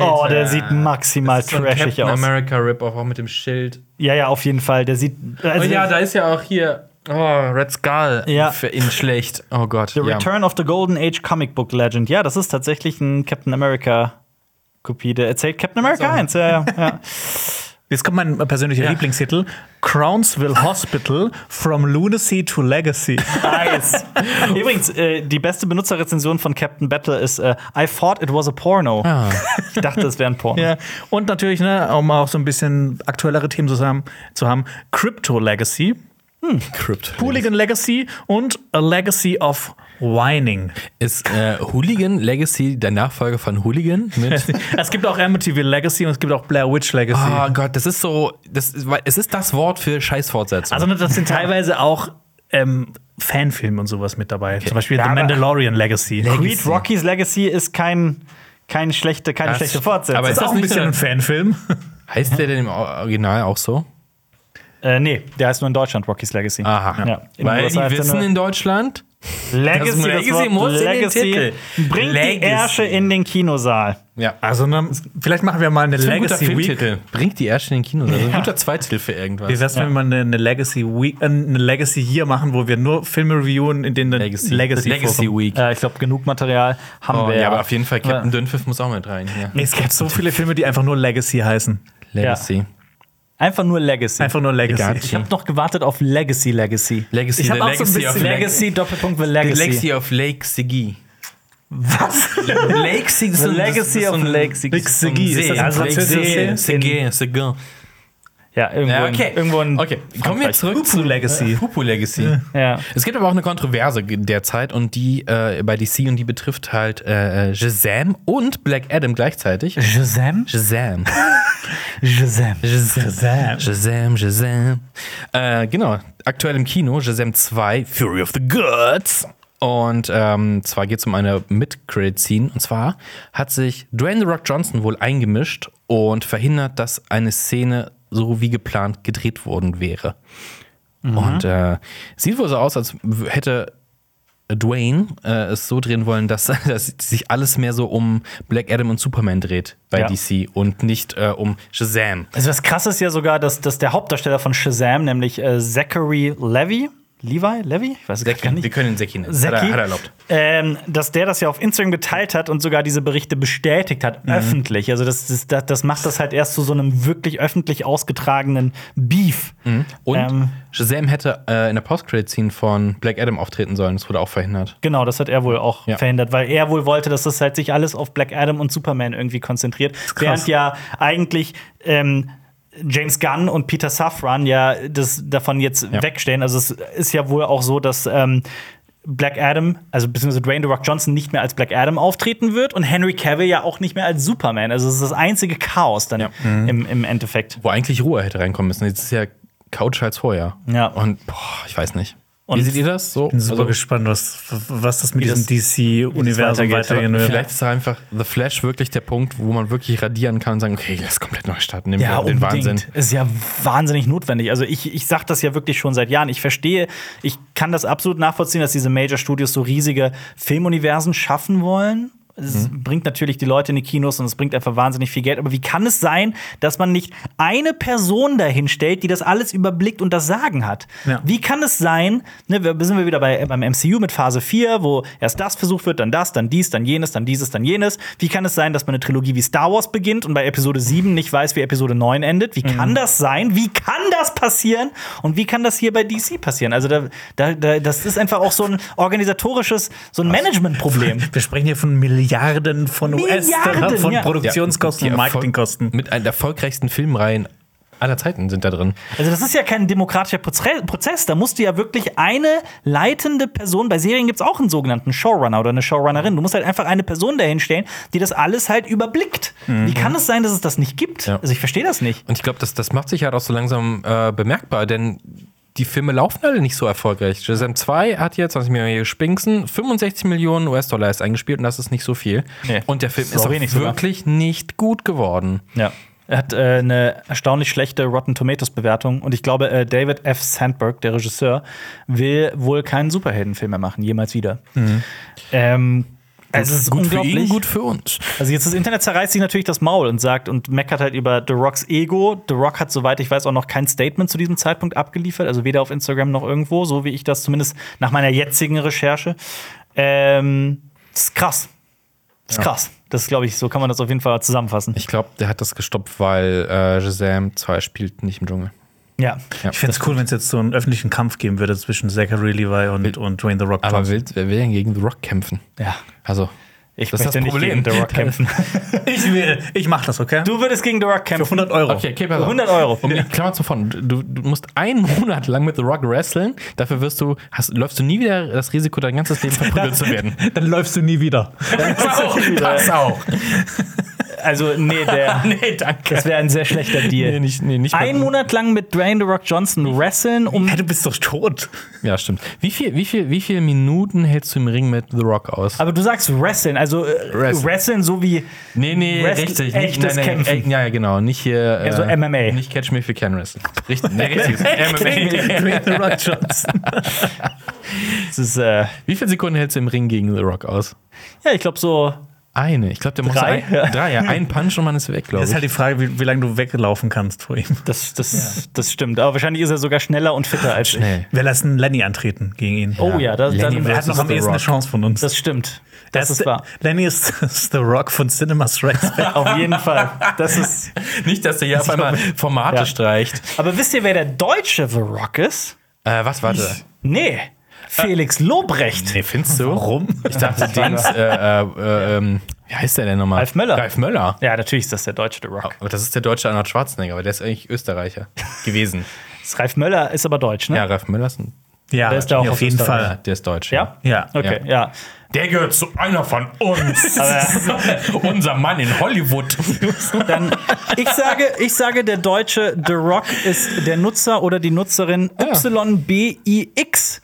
Oh, der sieht maximal trashig aus.
America Rip-Off, auch mit dem Schild.
Ja, ja, auf jeden Fall. Der sieht.
Oh
also-
ja, da ist ja auch hier. Oh, Red Skull.
Ja.
Für ihn schlecht. Oh Gott.
The
ja.
Return of the Golden Age Comic Book Legend. Ja, das ist tatsächlich ein Captain America Kopie. Der erzählt Captain America 1. Ja, ja, ja.
Jetzt kommt mein persönlicher Lieblingstitel: Crownsville Hospital From Lunacy to Legacy.
nice. Übrigens, äh, die beste Benutzerrezension von Captain Battle ist äh, I thought it was a porno.
Ah.
Ich dachte, es wäre ein Porno.
*laughs* Ja. Und natürlich, ne, um auch so ein bisschen aktuellere Themen zusammen zu haben: Crypto Legacy,
Crypt.
Hooligan Legacy und A Legacy of Whining.
Ist äh, Hooligan Legacy der Nachfolger von Hooligan?
*laughs*
Mit
es gibt auch Amityville Legacy und es gibt auch Blair Witch Legacy.
oh Gott, das ist so. Das ist, weil- es ist das Wort für Scheißfortsetzung.
Also, ne, das sind teilweise auch ähm, Fanfilme und sowas mit dabei. Zum Beispiel
Ja,
The
aber-
Mandalorian Legacy.
Creed Rockies Legacy ist kein, kein schlechte, keine
Das-
schlechte Fortsetzung.
aber
Das
es-
ist auch ein
nicht so
bisschen
ein-
ein Fanfilm.
Also-
heißt der denn im Original auch so?
äh, nee, der heißt nur in Deutschland Rockies Legacy.
Aha.
Ja. In den
Weil
USA
die
heißt er
wissen
nur
in Deutschland.
Legacy,
das
das
Legacy
Wort
muss in den Titel.
Bringt die
Legacy.
Ärsche in den Kinosaal.
Ja.
Also, ne, vielleicht machen wir mal eine Legacy Week.
Bringt die erste in den Kinos. Also ein guter Zweititel für irgendwas.
Wie wär's, wenn wir eine, eine Legacy Week, äh, eine Legacy Year machen, wo wir nur Filme reviewen, in denen
Legacy,
Legacy, vorkommt?
Week.
Äh, ich glaube, genug Material haben
Oh,
wir.
ja, aber auf jeden Fall Captain Dünnpfiff muss auch mit rein. Ja.
Es gibt so viele Filme, die einfach nur Legacy heißen.
Legacy.
Einfach nur Legacy.
Einfach nur Legacy.
Egal.
ich habe noch gewartet auf Legacy, Legacy.
Legacy,
Ich hab
the
auch so ein
of
bisschen
Leg-
Legacy, Doppelpunkt, The
The
Legacy.
Legacy of Lake Sigi.
Was?
Lake Sigi
The Legacy of Lake Sigi.
Sigi, ist das ein französisches See?
Also Sigi, Sigi.
Ja, irgendwo
Ja,
in, irgendwo in
okay. Kommen wir
Frankreich.
zurück
Hupu
zu
Legacy.
Hupu Legacy.
Ja.
Es gibt aber auch eine Kontroverse derzeit und die äh, bei DC und die betrifft halt äh, Shazam und Black
*laughs*
Adam gleichzeitig.
Shazam?
Shazam.
Shazam.
Shazam. Shazam, Shazam. Äh, genau, aktuell im Kino Shazam 2, Fury of the Gods. Und ähm, zwar geht es um eine Mid-Credit-Scene. Und zwar hat sich Dwayne The Rock Johnson wohl eingemischt und verhindert, dass eine Szene so wie geplant gedreht worden wäre. Und äh, sieht wohl so aus, als w- hätte Dwayne äh, es so drehen wollen, dass, *laughs* dass sich alles mehr so um Black Adam und Superman dreht bei
Ja.
DC und nicht äh, um Shazam.
Also das Krasse ist ja sogar, dass, dass der Hauptdarsteller von Shazam, nämlich äh, Zachary Levy, Levi, Levy, ich weiß es gar nicht.
Wir können ihn Seki nennen.
Zeki,
Hat, er, hat er erlaubt.
Ähm, dass der das ja auf Instagram geteilt hat und sogar diese Berichte bestätigt hat, öffentlich. Also das, das, das, das macht das halt erst zu so einem wirklich öffentlich ausgetragenen Beef.
Und
Ähm.
Shazam hätte äh, in der Post-Credit-Scene von Black Adam auftreten sollen. Das wurde auch verhindert.
Genau, das hat er wohl auch
Ja.
verhindert, weil er wohl wollte, dass das halt sich alles auf Black Adam und Superman irgendwie konzentriert. Während ja eigentlich ähm, James Gunn und Peter Safran ja das davon jetzt wegstehen. Also es ist ja wohl auch so, dass ähm, Black Adam, also beziehungsweise Dwayne The Rock Johnson nicht mehr als Black Adam auftreten wird und Henry Cavill ja auch nicht mehr als Superman. Also es ist das einzige Chaos dann im, im Endeffekt.
Wo eigentlich Ruhe hätte reinkommen müssen. Jetzt ist ja Couch als vorher.
Ja.
Und boah, ich weiß nicht.
Und-
Wie seht ihr das? So?
bin super
Also,
gespannt, was, was das mit
das-
diesem DC-Universum
weitergeht.
weitergehen wird.
Vielleicht ist da einfach The Flash wirklich der Punkt, wo man wirklich radieren kann und sagen, okay, lass komplett neu starten. Nehmen wir den Wahnsinn.
Ist ja wahnsinnig notwendig. Also ich, ich sage das ja wirklich schon seit Jahren. Ich verstehe, ich kann das absolut nachvollziehen, dass diese Major Studios so riesige Filmuniversen schaffen wollen. Es
Mhm.
bringt natürlich die Leute in die Kinos und es bringt einfach wahnsinnig viel Geld. Aber wie kann es sein, dass man nicht eine Person dahin stellt, die das alles überblickt und das Sagen hat?
Ja.
Wie kann es sein, ne, wir sind wir wieder bei, beim MCU mit Phase 4, wo erst das versucht wird, dann das, dann dies, dann jenes, dann dieses, dann jenes. Wie kann es sein, dass man eine Trilogie wie Star Wars beginnt und bei Episode 7 nicht weiß, wie Episode 9 endet? Wie kann das sein? Wie kann das passieren? Und wie kann das hier bei DC passieren? Also, da, da, da, das ist einfach auch so ein organisatorisches, so ein
*laughs*
Managementproblem.
Wir sprechen hier von Milliarden von US-Dollar,
Milliarden,
von
ja.
Produktionskosten
Die
und
Erfolg-
Marketingkosten.
Mit einer der erfolgreichsten Filmreihen aller Zeiten sind da drin.
Also das ist ja kein demokratischer Proze Prozess. Da musst du ja wirklich eine leitende Person, bei Serien gibt es auch einen sogenannten Showrunner oder eine Showrunnerin. Du musst halt einfach eine Person dahinstellen, die das alles halt überblickt. Wie kann es sein, dass es das nicht gibt?
Ja.
Also ich verstehe das nicht.
Und ich glaube, das, das macht sich halt auch so langsam äh, bemerkbar, denn die Filme laufen alle nicht so erfolgreich. Shazam 2 hat jetzt, was ich mir hier spinksen, 65 Millionen US-Dollar ist eingespielt und das ist nicht so viel.
Nee.
Und der Film
So
ist auch
wenig sogar.
wirklich nicht gut geworden.
Ja. Er hat äh, eine erstaunlich schlechte Rotten Tomatoes Bewertung und ich glaube, äh, David F. Sandberg, der Regisseur, will wohl keinen Superheldenfilm mehr machen, jemals wieder. Ähm, Mhm. es ist
Gut für
unglaublich.
ihn, gut für uns.
Also jetzt das Internet zerreißt sich natürlich das Maul und sagt und meckert halt über The Rocks Ego. The Rock hat, soweit ich weiß, auch noch kein Statement zu diesem Zeitpunkt abgeliefert, also weder auf Instagram noch irgendwo, so wie ich das zumindest nach meiner jetzigen Recherche. Ähm, das ist krass. Das ist krass. Das glaube ich, so kann man das auf jeden Fall zusammenfassen.
Ich glaube, der hat das gestoppt, weil äh, Shazam 2 spielt nicht im Dschungel.
ja.
Ich fände es cool, wenn es jetzt so einen öffentlichen Kampf geben würde zwischen Zachary Levi und, und Dwayne The Rock
Aber
Johnson.
will, wer will denn gegen The Rock kämpfen?
Ja.
Also,
Ich
Das ist
möchte
das
nicht
Problem.
gegen The
*laughs*
Rock kämpfen.
Ich will, ich mach das, okay?
Du würdest gegen The Rock kämpfen.
100 Euro.
okay, okay, pass auf.
100 Euro.
Um die Klammer zu vorn, du, du musst einen Monat lang mit The Rock wresteln, dafür wirst du, hast, läufst du nie wieder das Risiko, dein ganzes Leben verprügelt zu werden.
Dann läufst du nie wieder.
*laughs*
Das auch.
Also, nee, der,
Nee, danke.
das wäre ein sehr schlechter Deal.
Nee, nicht, nee, nicht mal-
Ein Monat lang mit Dwayne The Rock Johnson wresteln, um
Hä, du bist doch tot.
Ja, stimmt. Wie viel, wie, viel, wie viel Minuten hältst du im Ring mit The Rock aus?
Aber du sagst Wrestling, also äh,
Wrestling.
Wrestling so *laughs* wie
Nee, nee,
Wrestl- echtes Kämpfen.
echt- ja, ja, genau. Nicht hier.
so MMA.
Nicht Catch Me If You Can Wrestling. Richtig, nee, richtig. MMA.
Dwayne The
*laughs*
Rock Johnson.
das ist, äh,
Wie viele Sekunden hältst du im Ring gegen The Rock aus?
ja, ich glaube so
eine. Ich glaube, der musste
Drei?
ein, drei, ja. Ein Punch und man ist weg, glaube
Das
ich.
ist halt die Frage, wie, wie lange du weglaufen kannst vor ihm.
Das, das, das stimmt. Aber wahrscheinlich ist er sogar schneller und fitter als ich.
Schnell.
Wir lassen Lenny antreten gegen ihn.
Oh ja, das,
Lenny
dann,
er hat noch am
The
ehesten eine
Rock.
Chance von uns.
das stimmt.
Er
Das
ist
ist *laughs* wahr.
Lenny ist, *laughs* ist The Rock von Cinema Strikes Back.
Auf jeden Fall. Das *laughs* ist.
Nicht, dass der hier auf einmal Formate
Ja.
streicht.
Aber wisst ihr, wer der deutsche The Rock ist?
Äh, was, warte.
Nee. Felix Lobrecht.
Nee, findest du? Warum? Ich dachte, Dings, äh, äh, äh, ähm, wie heißt der denn nochmal?
Ralf Möller.
Ralf Möller.
Ja, natürlich ist das der deutsche The Rock.
Aber das ist der deutsche Arnold Schwarzenegger, aber der ist eigentlich Österreicher gewesen.
Das Ralf Möller ist aber deutsch, ne?
Ja, Ralf Möller ist ein.
Ja,
Der ist da auch
auf
aus
jeden
Österreich.
Fall.
Ja, der ist deutsch.
Ja?
Ja.
Okay, ja.
Der gehört zu einer von uns. *laughs* Unser Mann in Hollywood.
Dann, ich sage, ich sage, der deutsche The Rock ist der Nutzer oder die Nutzerin YBIX.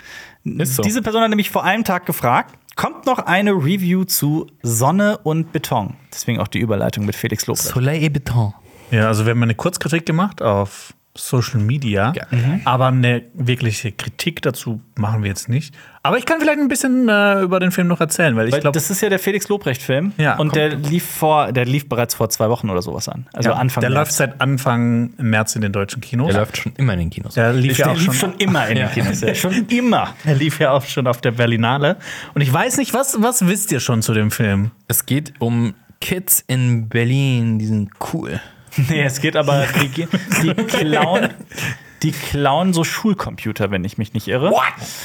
so.
Diese Person hat nämlich vor einem Tag gefragt, kommt noch eine Review zu Sonne und Beton. Deswegen auch die Überleitung mit Felix Lobrecht.
Soleil et Beton.
Ja, also wir haben eine Kurzkritik gemacht auf Social Media,
Ja. Mhm.
aber eine wirkliche Kritik dazu machen wir jetzt nicht. Aber ich kann vielleicht ein bisschen äh, über den Film noch erzählen, weil ich
Weil
glaube,
das ist ja der Felix Lobrecht-Film
Ja,
und
kommt.
der lief vor, der lief bereits vor zwei Wochen oder sowas an. Also Anfang
der läuft
März.
seit Anfang März in den deutschen Kinos.
Der läuft schon immer in den Kinos.
Der lief ja
Der
auch
lief
schon,
schon immer in den Kinos.
*laughs*
ja. Schon immer.
der lief ja auch schon auf der Berlinale. Und ich weiß nicht, was, was wisst ihr schon zu dem Film?
Es geht um Kids in Berlin, die sind cool.
Nee, es geht aber, die, ge- die, klauen, die klauen so Schulcomputer, wenn ich mich nicht irre.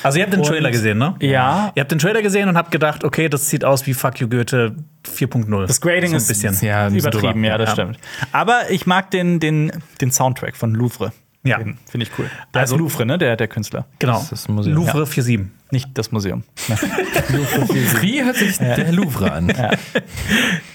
Also ihr habt den Trailer gesehen, ne?
Ja.
Ihr habt den Trailer gesehen und habt gedacht, okay, das sieht aus wie Fuck You Goethe 4.0.
Das Grading
so ein
ist
bisschen.
ja, ein bisschen
übertrieben, Ähm,
drüber.
ja, das
Ja.
stimmt. Aber ich mag den, den, den Soundtrack von Louvre.
Ja.
Den Finde ich cool. Da also, ist Louvre, ne? Der, der Künstler.
Genau.
Das ist das Museum.
Louvre 4.7.
Nicht das Museum.
Frie hört sich der Louvre an.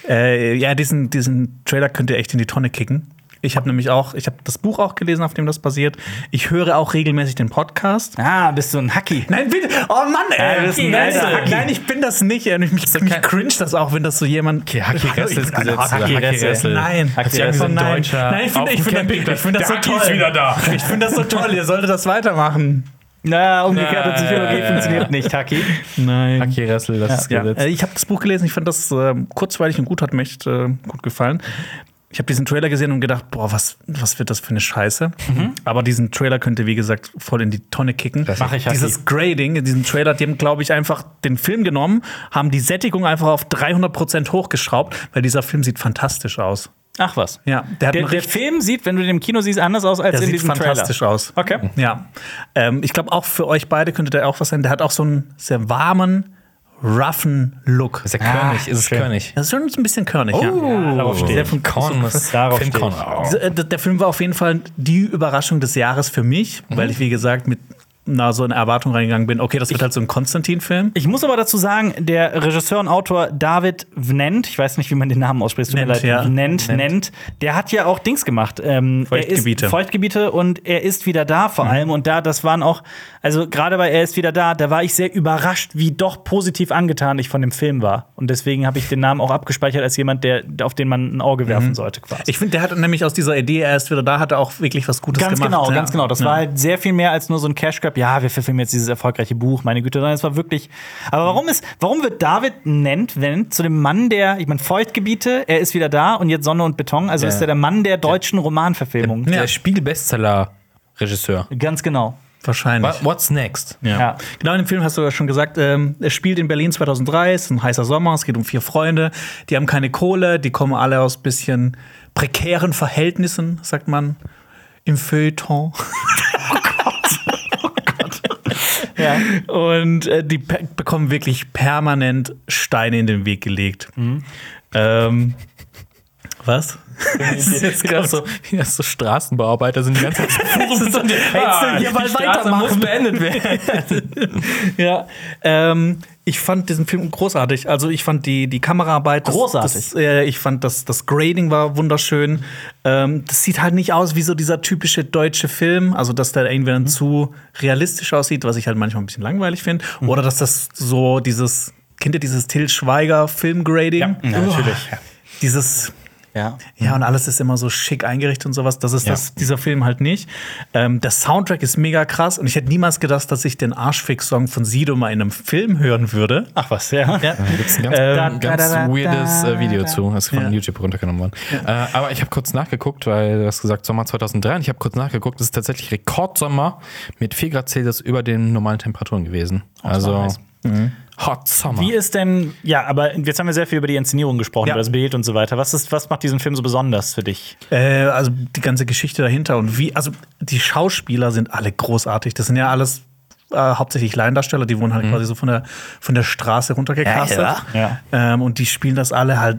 Äh, ja, diesen, diesen Trailer könnt ihr echt in die Tonne kicken. Ich habe nämlich auch, ich habe das Buch auch gelesen, auf dem das basiert. Ich höre auch regelmäßig den Podcast.
Ah, bist du ein Hacki.
Nein, bitte. Oh Mann,
Ja,
ey.
das ist ein
nein,
alter
nein,
Hacki.
nein, ich bin das nicht. ey. Und Ich, mich, mich cringe das auch, wenn das so jemand. Okay,
Hacki Ressel ist gesetzt, oder?
Hacki
Hacki
Ressel.
Ressel.
Nein.
Hat sich
Hacki
angesagt,
Nein,
Deutscher
nein ich
auf
finde
dem
ich find, ich
Campingplatz.
find das so
Der Hacki
toll.
ist wieder da.
Ich finde das so toll. Ihr solltet das weitermachen.
Na, umgekehrte
Nee.
Psychologie funktioniert nicht, Hacki.
Nein.
Hacki Ressel, das ist
Ja,
gesetzt.
äh, ich habe das Buch gelesen, ich fand das äh, kurzweilig und gut, hat mir echt äh, gut gefallen. Ich habe diesen Trailer gesehen und gedacht, boah, was, was wird das für eine Scheiße? Aber diesen Trailer könnt ihr, wie gesagt, voll in die Tonne kicken.
Mach ich, Hacki.
Dieses Grading in diesem Trailer, die haben, glaube ich, einfach den Film genommen, haben die Sättigung einfach auf 300% hochgeschraubt, weil dieser Film sieht fantastisch aus.
Ach was.
Ja, der hat
Der,
einen
der
richtig-
Film sieht, wenn du den im Kino siehst, anders aus als
der
in
sieht
diesem
fantastisch
Trailer.
aus.
Okay.
Ja. Ähm, ich glaube, auch für euch beide könnte der auch was sein. Der hat auch so einen sehr warmen, roughen Look.
Ist ja körnig, ist Uh. es körnig.
Das ist schon so ein bisschen körnig, ja.
darauf steht.
Finn Kornus.
Darauf
Finn
steht.
Kornus.
Also, äh, d- Der Film war auf jeden Fall die Überraschung des Jahres für mich,
Mhm.
weil ich, wie gesagt, mit na, so einer Erwartung reingegangen bin. Okay, das wird halt so ein Konstantin-Film.
Ich muss aber dazu sagen, der Regisseur und Autor David Vnent, ich weiß nicht, wie man den Namen ausspricht, tut mir
Vnent,
leid,
ja.
Vnent, Vnent, der hat ja auch Dings gemacht. Ähm, Er
Feuchtgebiete. Mhm.
ist Feuchtgebiete und er ist wieder da vor allem. Und da, das waren auch, also gerade bei Er ist wieder da, da war ich sehr überrascht, wie doch positiv angetan ich von dem Film war. Und deswegen habe ich den Namen auch abgespeichert als jemand, der, auf den man ein Auge werfen sollte quasi.
Mhm. Ich finde, der hat nämlich aus dieser Idee, er ist wieder da, hat er auch wirklich was Gutes
Ganz
gemacht.
genau,
ja.
ganz genau. Das
ja.
war halt sehr viel mehr als nur so ein Cash Grab. Ja, wir verfilmen jetzt dieses erfolgreiche Buch, meine Güte, sondern es war wirklich. Aber warum ist, warum wird David nennt, wenn zu dem Mann der, ich meine, Feuchtgebiete, er ist wieder da und jetzt Sonne und Beton, also ist er der Mann der deutschen Romanverfilmung.
Der Spiegel-Bestseller-Regisseur.
Ganz genau.
wahrscheinlich.
Wa- What's next?
Ja.
Ja.
Genau, in dem Film hast du ja schon gesagt, ähm, es spielt in Berlin 2003, es ist ein heißer Sommer, es geht um vier Freunde, die haben keine Kohle, die kommen alle aus bisschen prekären Verhältnissen, sagt man im Feuilleton. *laughs* Oh
Ja.
Und äh, die pe- bekommen wirklich permanent Steine in den Weg gelegt. Ähm, was? Das *laughs* ist jetzt
Ja,
gerade
*laughs* so, ja, so Straßenbauarbeiter sind die ganze Zeit so und
du hier mal weitermachen?
also beendet werden.
Ja, ähm, ich fand diesen Film großartig. Also ich fand die, die Kameraarbeit das-
Großartig.
Das, äh, ich fand das, das Grading war wunderschön. Ähm, das sieht halt nicht aus wie so dieser typische deutsche Film. Also dass der irgendwie dann zu realistisch aussieht, was ich halt manchmal ein bisschen langweilig finde. Oder dass das so
*laughs*
dieses Kennt ihr dieses Till Schweiger Filmgrading? Ja, natürlich. Dieses
*laughs* Ja.
Ja, und alles ist immer so schick eingerichtet und sowas. Das ist
Ja.
das, dieser Film halt nicht. Ähm, der Soundtrack ist mega krass und ich hätte niemals gedacht, dass ich den Arschfix-Song von Sido mal in einem Film hören würde.
Ach was, ja.
Ja.
Da gibt es ein ganz,
Ähm,
ganz
da, da, da,
weirdes äh, Video
da.
zu, das von
Ja.
YouTube runtergenommen worden. Äh, aber ich habe kurz nachgeguckt, weil du hast gesagt Sommer 2003 und ich habe kurz nachgeguckt, es ist tatsächlich Rekordsommer mit 4 Grad Celsius über den normalen Temperaturen gewesen. Also
Oh, heiß. Mhm.
Hot Summer.
Wie ist denn, ja, aber jetzt haben wir sehr viel über die Inszenierung gesprochen,
Ja.
über das Bild und so weiter. Was, ist, was macht diesen Film so besonders für dich?
Äh, also die ganze Geschichte dahinter und wie, also die Schauspieler sind alle großartig. Das sind ja alles äh, hauptsächlich Laiendarsteller, die wurden halt quasi so von der, von der Straße runtergecastet.
Ja, ja.
Ähm, und die spielen das alle halt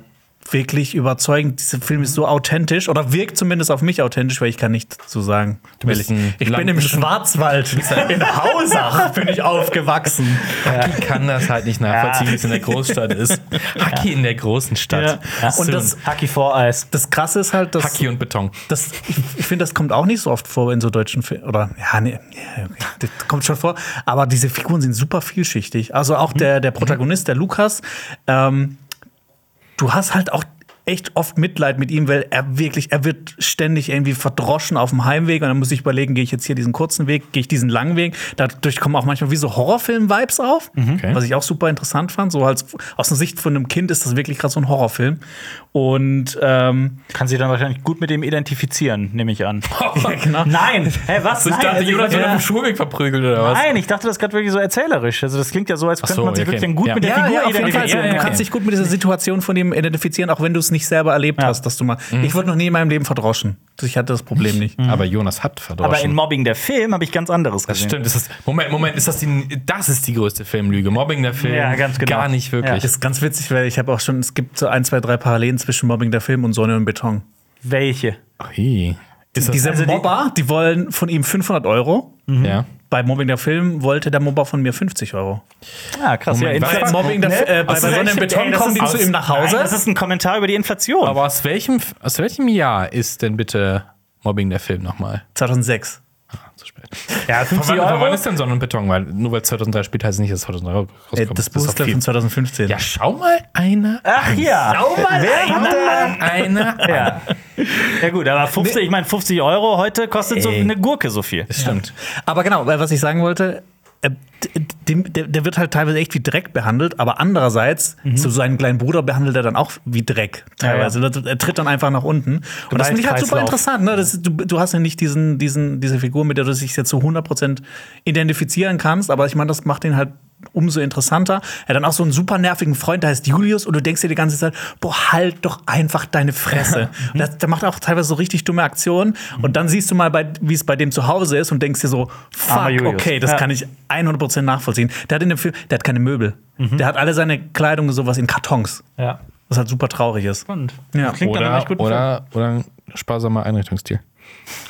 wirklich überzeugend. Dieser Film ist so authentisch oder wirkt zumindest auf mich authentisch, weil ich kann nichts dazu sagen.
bist
Ehrlich.
ein
ich
lang-
bin im Schwarzwald, in Hausach bin ich aufgewachsen.
Haki kann das halt nicht nachvollziehen, wie es in der Großstadt
*laughs*
ist. Haki in der großen Stadt.
Ja.
Und
Und
das
das-
Haki Voreis.
Das Krasse ist halt, dass
Haki und Beton.
Das, ich ich finde, das kommt auch nicht so oft vor in so deutschen Filmen. Oder, ja, nee, ja, okay. das kommt schon vor. Aber diese Figuren sind super vielschichtig. Also auch der, der Protagonist, der Lukas, ähm, du hast halt auch echt oft Mitleid mit ihm, weil er wirklich, er wird ständig irgendwie verdroschen auf dem Heimweg und dann muss ich überlegen, gehe ich jetzt hier diesen kurzen Weg, gehe ich diesen langen Weg. Dadurch kommen auch manchmal wie so Horrorfilm-Vibes auf, was ich auch super interessant fand. So als aus der Sicht von einem Kind ist das wirklich gerade so ein Horrorfilm. Und ähm, *laughs*
Kann sich dann wahrscheinlich gut mit dem identifizieren, nehme ich an.
genau.
*laughs*
Nein! Hä, was?
Ich
Nein,
dachte,
also,
Jonas wird auf
ja.
dem Schulweg verprügelt oder was?
Nein, ich dachte das gerade wirklich so erzählerisch. Also das klingt ja so, als könnte
so,
man sich
okay.
wirklich dann gut
Ja.
mit der
Ja,
Figur
ja, auf jeden Fall.
identifizieren.
Du kannst dich gut mit dieser Situation von ihm identifizieren, auch wenn du es nicht selber erlebt hast, dass du mal. Ich wurde noch nie in meinem Leben verdroschen. Ich hatte das Problem nicht.
Mhm. Aber Jonas hat verdroschen.
Mhm. Aber in Mobbing der Film habe ich ganz anderes
Das
gesehen.
stimmt. Ist das, Moment, Moment, ist das die, das ist die größte Filmlüge. Mobbing der Film.
Ja, ganz genau.
Gar nicht wirklich.
Das ist ganz witzig, weil ich habe auch schon, es gibt so ein, zwei, drei Parallelen zwischen Mobbing der Film und Sonne und Beton.
Welche?
Ui. Ist das,
Diese
Also die-
Mobber, die wollen von ihm 500 Euro.
ja.
Bei Mobbing der Film wollte der Mobber von mir 50 Euro.
Ah, krass.
Moment,
ja,
was?
Inflation.
Bei Mobbing der,
Ne?
äh, bei, bei
Aus
Sonne und
welchem- Ey,
Beton
das
kommen
ist
die zu
aus-
ihm nach
Nein,
Hause.
das ist ein Kommentar über die Inflation.
Aber aus welchem, aus welchem Jahr ist denn bitte Mobbing der Film nochmal? Ah,
2006.
Zu spät.
ja,
Von
50
wann, von wann
Euro.
ist denn Sonne und Beton? Weil, nur weil es 2003 spielt, heißt es nicht, dass 2003 rauskommt.
Äh, das
ist doch
Buch ist glaub ich,
viel.
von 2015.
Ja, schau mal einer.
Ach ja. Wer hat
Ah!
da
*laughs* Einer.
Ja. ja, gut, aber 50, ich meine, 50 Euro heute kostet so
Ey.
eine Gurke so viel.
Das stimmt.
Aber genau, weil was ich sagen wollte, äh, d- dem, der, der wird halt teilweise echt wie Dreck behandelt, aber andererseits,
Mhm.
so seinen kleinen Bruder behandelt er dann auch wie Dreck teilweise. Er tritt dann einfach nach unten. Und das
meinst
finde ich halt super
Kreislauf.
interessant. Ne? Das, du, du hast ja nicht diesen, diesen, diese Figur, mit der du dich jetzt so 100% identifizieren kannst, aber ich meine, das macht ihn halt umso interessanter. Er hat dann auch so einen super nervigen Freund, der heißt Julius, und du denkst dir die ganze Zeit, boah, halt doch einfach
*laughs*
deine Fresse. und das, der macht auch teilweise so richtig dumme Aktionen.
Mhm.
Und dann siehst du mal, bei- wie es bei dem zu Hause ist und denkst dir so,
Armer
fuck,
Julius.
okay, das
Ja.
kann ich 100% nachvollziehen. Der hat in dem Film, der hat keine Möbel.
Mhm.
Der hat alle seine Kleidung und sowas in Kartons,
Ja.
was halt super traurig ist.
Und
Ja.
klingt dann
Oder,
echt gut.
oder, oder ein sparsamer Einrichtungsstil.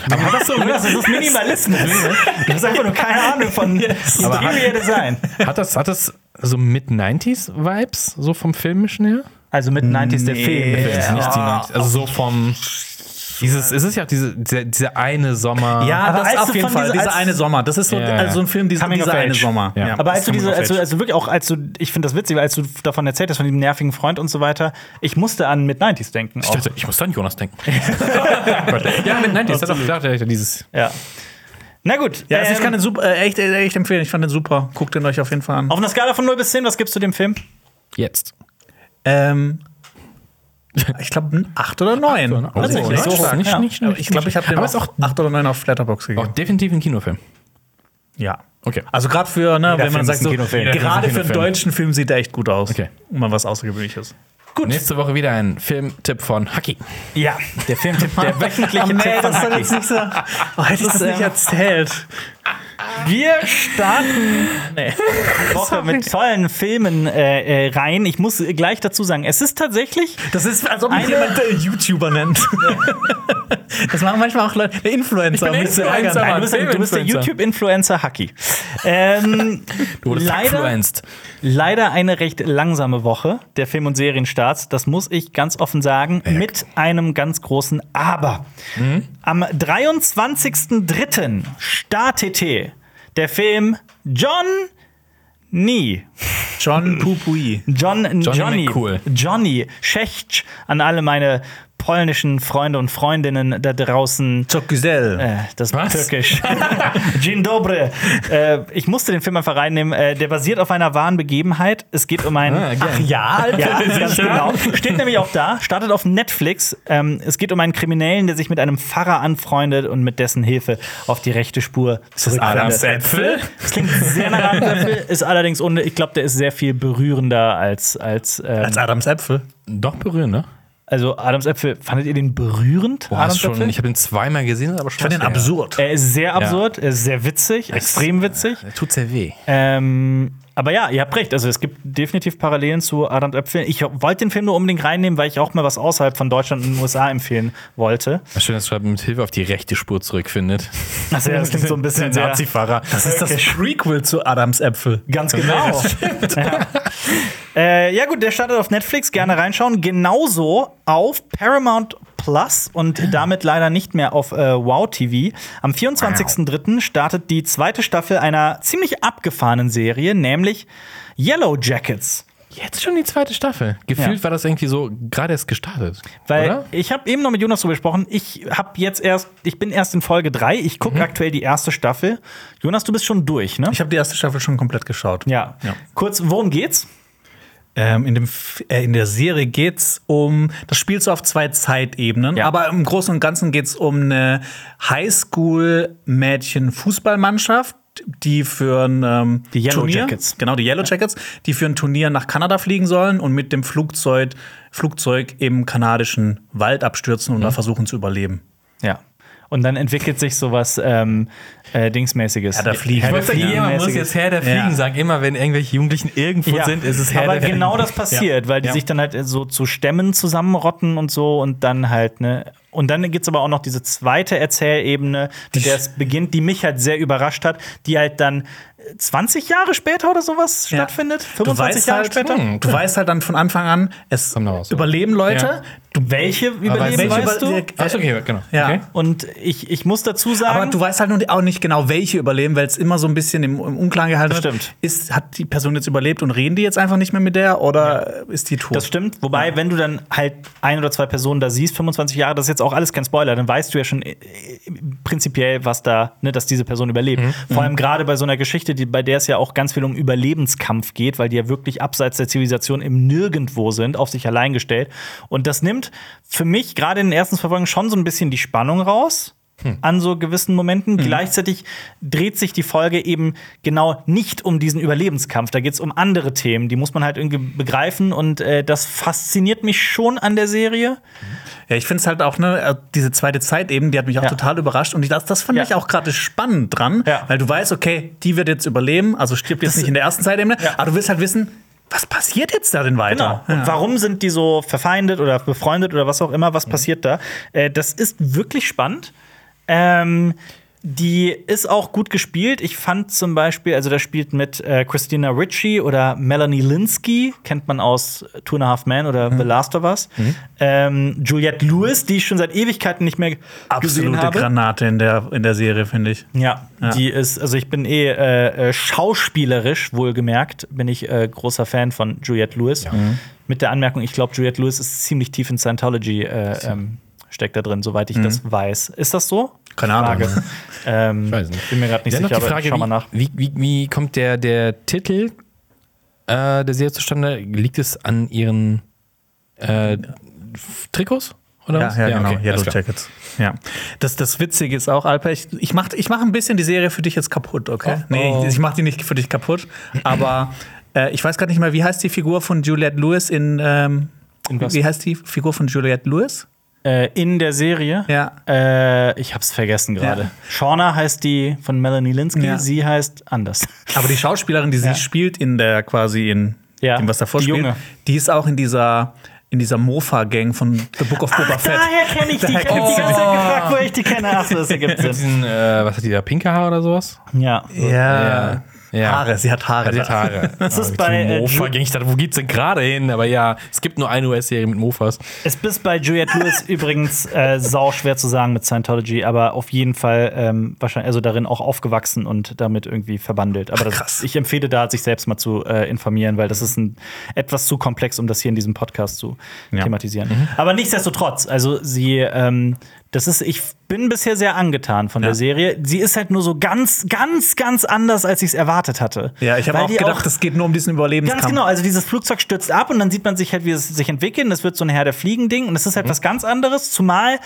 Jonas, das ist Minimalismus. du hast einfach nur keine Ahnung von Interior Design.
*laughs* Hat das, hat das so Mid-90s-Vibes, so vom filmischen her?
Also mit 90s der Film.
Films, nicht die 90s. Also so vom. Dieses, es ist ja auch diese, dieser, dieser eine Sommer.
Ja,
Aber als
das
du
auf jeden
von
Fall.
dieser-
Dieser
als-
eine Sommer. Das ist so,
Ja, ja.
also so ein Film, dieser,
Coming of
dieser eine
age.
Sommer.
Ja.
Aber als du
Coming
diese,
of
als du,
age.
als du wirklich auch, als du, ich finde das witzig, weil als du davon erzählt hast, von dem nervigen Freund und so weiter, ich musste an mit 90s denken.
Ich
auch.
dachte, ich muss an Jonas *laughs* denken. ja, mit 90s. Hat auch gedacht, er hätte dieses.
Ja. Na gut.
Ja, also ich
ähm,
kann den super, äh, echt, äh, echt empfehlen. Ich fand den super. Guckt den euch auf jeden Fall an.
auf einer Skala von 0 bis 10, was gibst du dem Film?
Jetzt.
Ähm, ich glaube, ein 8 oder 9.
Oh,
Tatsächlich,
so
so
hoch.
hoch.
Nicht,
Ja.
nicht,
Aber
nicht,
Ich glaube, ich habe dem
Aber es ist
auch
auch,
8 oder 9 auf Flatterbox
auch
gegeben.
definitiv ein Kinofilm. Ah,
Ja.
Okay.
Also gerade für, ne, wenn
Film
man
ist
sagt,
ein
so,
Kinofilm.
Jeder Film ist ein
gerade für einen
Kinofilm.
deutschen Film sieht er echt gut aus.
Okay.
Und mal was Außergewöhnliches.
Gut. Nächste Woche wieder ein Filmtipp von Haki.
Ja, der Filmtipp, *laughs* der wöchentliche Tipp von Haki.
nicht so. Oh, hätte ich das nicht erzählt.
Wir starten die Woche mit tollen Filmen äh, äh, rein. Ich muss gleich dazu sagen, es ist tatsächlich
Das ist, als ob mich
Eine-
jemand äh, YouTuber nennt. *laughs* das machen manchmal auch Leute, Influencer, um mich zu
Influencer,
ärgern.
Nein, du, bist, du bist der
Filminfluencer.
YouTube-Influencer Haki. Ähm, leider,
influenced.
leider eine recht langsame Woche der Film- und Serienstarts. Das muss ich ganz offen sagen, mit einem ganz großen Aber. Am 23.03. startete der Film John Nee.
John Pupui.
John, Johnny,
McCool.
Johnny Schecht an alle meine polnischen Freunde und Freundinnen da draußen.
Çok güzel.
Äh, das war
Was?
*laughs* türkisch. *laughs* Dzień dobry. Äh, ich musste den Film einfach reinnehmen. Äh, der basiert auf einer wahren Begebenheit. Es geht um einen.
Ah, geil.
Ach ja, ja ganz genau. Steht nämlich auch da, startet auf Netflix. Ähm, es geht um einen Kriminellen, der sich mit einem Pfarrer anfreundet und mit dessen Hilfe auf die rechte Spur
Adams
zurückfindet.
Äpfel?
Das klingt sehr nach Adamsäpfel, ist allerdings ohne, ich glaube, der ist sehr viel berührender als, als, ähm,
Als Adams Äpfel.
Doch berührend, ne?
also Adamsäpfel. Fandet ihr den berührend?
Boah, ist
Adamsäpfel?
schon, ich habe den zweimal gesehen, aber schon.
Ich fand den
länger.
absurd.
Er ist sehr absurd, er ist sehr witzig, extrem witzig.
Der tut sehr weh.
Ähm, aber ja, ihr habt recht. Also es gibt definitiv Parallelen zu Adam Äpfel. Ich wollte den Film nur unbedingt reinnehmen, weil ich auch mal was außerhalb von Deutschland und den USA empfehlen wollte.
Schön, dass Schwab mit Hilfe auf die rechte Spur zurückfindet.
Also ja, das klingt so ein bisschen
Der
sehr.
*laughs*
Nazi-Fahrer.
Das ist das Prequel zu Adams Äpfel.
Ganz genau. *laughs* Ja. Äh, ja gut, der startet auf Netflix, gerne reinschauen. Genauso auf Paramount Plus und damit leider nicht mehr auf äh, Wow TV. Am 24.03. startet die zweite Staffel einer ziemlich abgefahrenen Serie, nämlich Yellow Jackets.
Jetzt schon die zweite Staffel. Gefühlt
Ja.
war das irgendwie so gerade erst gestartet.
Weil
oder?
ich habe eben noch mit Jonas drüber gesprochen. Ich habe jetzt erst, ich bin erst in Folge 3. Ich gucke aktuell die erste Staffel. Jonas, du bist schon durch, ne?
Mhm. Ich habe die erste Staffel schon komplett geschaut.
ja. Kurz, worum geht's?
Ähm, in, dem, F- äh, in der Serie geht's um, das spielt so auf zwei Zeitebenen,
Ja.
aber im Großen und Ganzen geht's um eine Highschool-Mädchen-Fußballmannschaft, die für ein ähm,
Die Yellow
Turnier,
Jackets.
genau, die Yellow Jackets, die für ein Turnier nach Kanada fliegen sollen und mit dem Flugzeug, Flugzeug im kanadischen Wald abstürzen und da
Mhm.
versuchen zu überleben.
Ja. Und dann entwickelt sich sowas ähm, äh, Dingsmäßiges.
Ja, da fliegen.
Ich sag, jemand muss jetzt Herr der Fliegen
Ja.
sagen. Immer wenn irgendwelche Jugendlichen irgendwo sind, ist es Herr
Aber
der Fliegen.
genau das passiert, weil die
Ja.
sich dann halt so zu Stämmen zusammenrotten und so und dann halt, ne? Und dann gibt's aber auch noch diese zweite Erzählebene, mit der es beginnt, die mich halt sehr überrascht hat, die halt dann 20 Jahre später oder sowas
Ja.
stattfindet.
Du
25
weißt,
Jahre
halt,
später.
Hm, du weißt halt dann von Anfang an, es
Kommt da raus, oder?
überleben Leute.
Ja.
Du,
Welche überleben,
welche
weißt
über-
du?
Achso, okay, genau.
Ja.
Okay.
Und ich, ich muss dazu sagen,
Aber du weißt halt nur auch nicht genau, welche überleben, weil es immer so ein bisschen im, im Unklaren gehalten
Das
wird.
stimmt.
Ist, hat die Person jetzt überlebt und reden die jetzt einfach nicht mehr mit der oder äh, ist die tot?
das stimmt. Wobei, wenn du dann halt ein oder zwei Personen da siehst, 25 Jahre, das ist jetzt auch alles kein Spoiler, dann weißt du ja schon äh, äh, prinzipiell, was da, ne, dass diese Person überlebt. Vor allem gerade bei so einer Geschichte, die, bei der es ja auch ganz viel um Überlebenskampf geht, weil die ja wirklich abseits der Zivilisation im Nirgendwo sind, auf sich allein gestellt. Und das nimmt für mich gerade in den ersten Verfolgungen schon so ein bisschen die Spannung raus. an so gewissen Momenten. Gleichzeitig dreht sich die Folge eben genau nicht um diesen Überlebenskampf. Da geht es um andere Themen, die muss man halt irgendwie begreifen. Und äh, das fasziniert mich schon an der Serie.
Ja, ich finde es halt auch, ne, äh, diese zweite Zeit eben, die hat mich auch
Ja.
total überrascht und ich, das, das fand
Ja.
ich auch gerade spannend dran,
Ja.
weil du weißt, okay, die wird jetzt überleben, also stirbt jetzt nicht in der ersten Zeitebene, aber du willst halt wissen, was passiert jetzt da denn
Genau.
weiter?
Und warum sind die so verfeindet oder befreundet oder was auch immer? Was passiert da? Äh, das ist wirklich spannend. Ähm, die ist auch gut gespielt. Ich fand zum Beispiel, also da spielt mit äh, Christina Ricci oder Melanie Linsky, kennt man aus Two and a Half Men oder The Last of Us. Ähm, Juliette Lewis, die ich schon seit Ewigkeiten nicht mehr gesehen
Absolute
habe.
Granate in der, in der Serie, finde ich.
Ja, die ist, also ich bin eh äh, äh, schauspielerisch wohlgemerkt, bin ich äh, großer Fan von Juliette Lewis.
Mhm.
Mit der Anmerkung, ich glaube, Juliette Lewis ist ziemlich tief in Scientology äh, ähm, steckt da drin, soweit
Mhm.
ich das weiß. Ist das so?
Keine Ahnung.
Frage. Ähm, ich
weiß nicht.
Bin mir gerade nicht
Dann noch
sicher,
die
aber
Frage,
schau mal nach.
wie, wie, wie kommt der, der Titel äh, der Serie zustande? Liegt es an ihren äh, F- Trikots? Oder
Ja,
was?
ja, genau.
okay, alles
Yellow
klar.
Jackets. Ja. Das, das Witzige ist auch, Alper, ich, ich mache ich mach ein bisschen die Serie für dich jetzt kaputt, okay?
Oh,
Nee,
oh.
ich, ich mache die nicht für dich kaputt, aber äh, ich weiß gar nicht mehr, wie heißt die Figur von Juliette Lewis in. Ähm,
was?
wie heißt die Figur von Juliette Lewis?
Äh, in der Serie,
Ja.
äh, ich hab's vergessen gerade.
Ja.
Shauna heißt die von Melanie Linsky,
Ja.
sie heißt anders.
Aber die Schauspielerin, die sie spielt in der quasi in
Ja,
dem, was davor
die
spielt,
Junge.
die ist auch in dieser in dieser Mofa-Gang von The Book of Boba Fett.
kenne *laughs* ich die.
Daher
Ich hab die ganze Zeit gefragt, wo ich die kenne. Achso, das ergibt
Mit diesen, äh, was hat die da, pinke Haar oder sowas?
Ja.
Ja.
Ja. Ja.
Haare, sie hat Haare.
Sie
*laughs*
hat Haare.
Das ist
mit
bei,
diesem
äh,
Mofa
Ju-
ging ich dachte, wo geht's denn gerade hin? Aber ja, es gibt nur eine US-Serie mit Mofas.
Es ist bei Juliette
*laughs*
Lewis übrigens äh, sau schwer zu sagen mit Scientology, aber auf jeden Fall ähm, wahrscheinlich, also darin auch aufgewachsen und damit irgendwie verbandelt. Aber das,
krass.
ich empfehle da, sich selbst mal zu äh, informieren, weil das ist ein, etwas zu komplex, um das hier in diesem Podcast zu thematisieren.
Mhm.
Aber nichtsdestotrotz, also sie, ähm, das ist, ich bin bisher sehr angetan von der Serie. Sie ist halt nur so ganz, ganz, ganz anders, als ich es erwartet hatte.
Ja, ich habe
Weil
auch
die
gedacht, es geht nur um diesen Überlebenskampf.
Ganz genau, also dieses Flugzeug stürzt ab und dann sieht man sich halt, wie es sich entwickelt. Und es wird so ein Herr der Fliegen-Ding und es ist halt was ganz anderes, zumal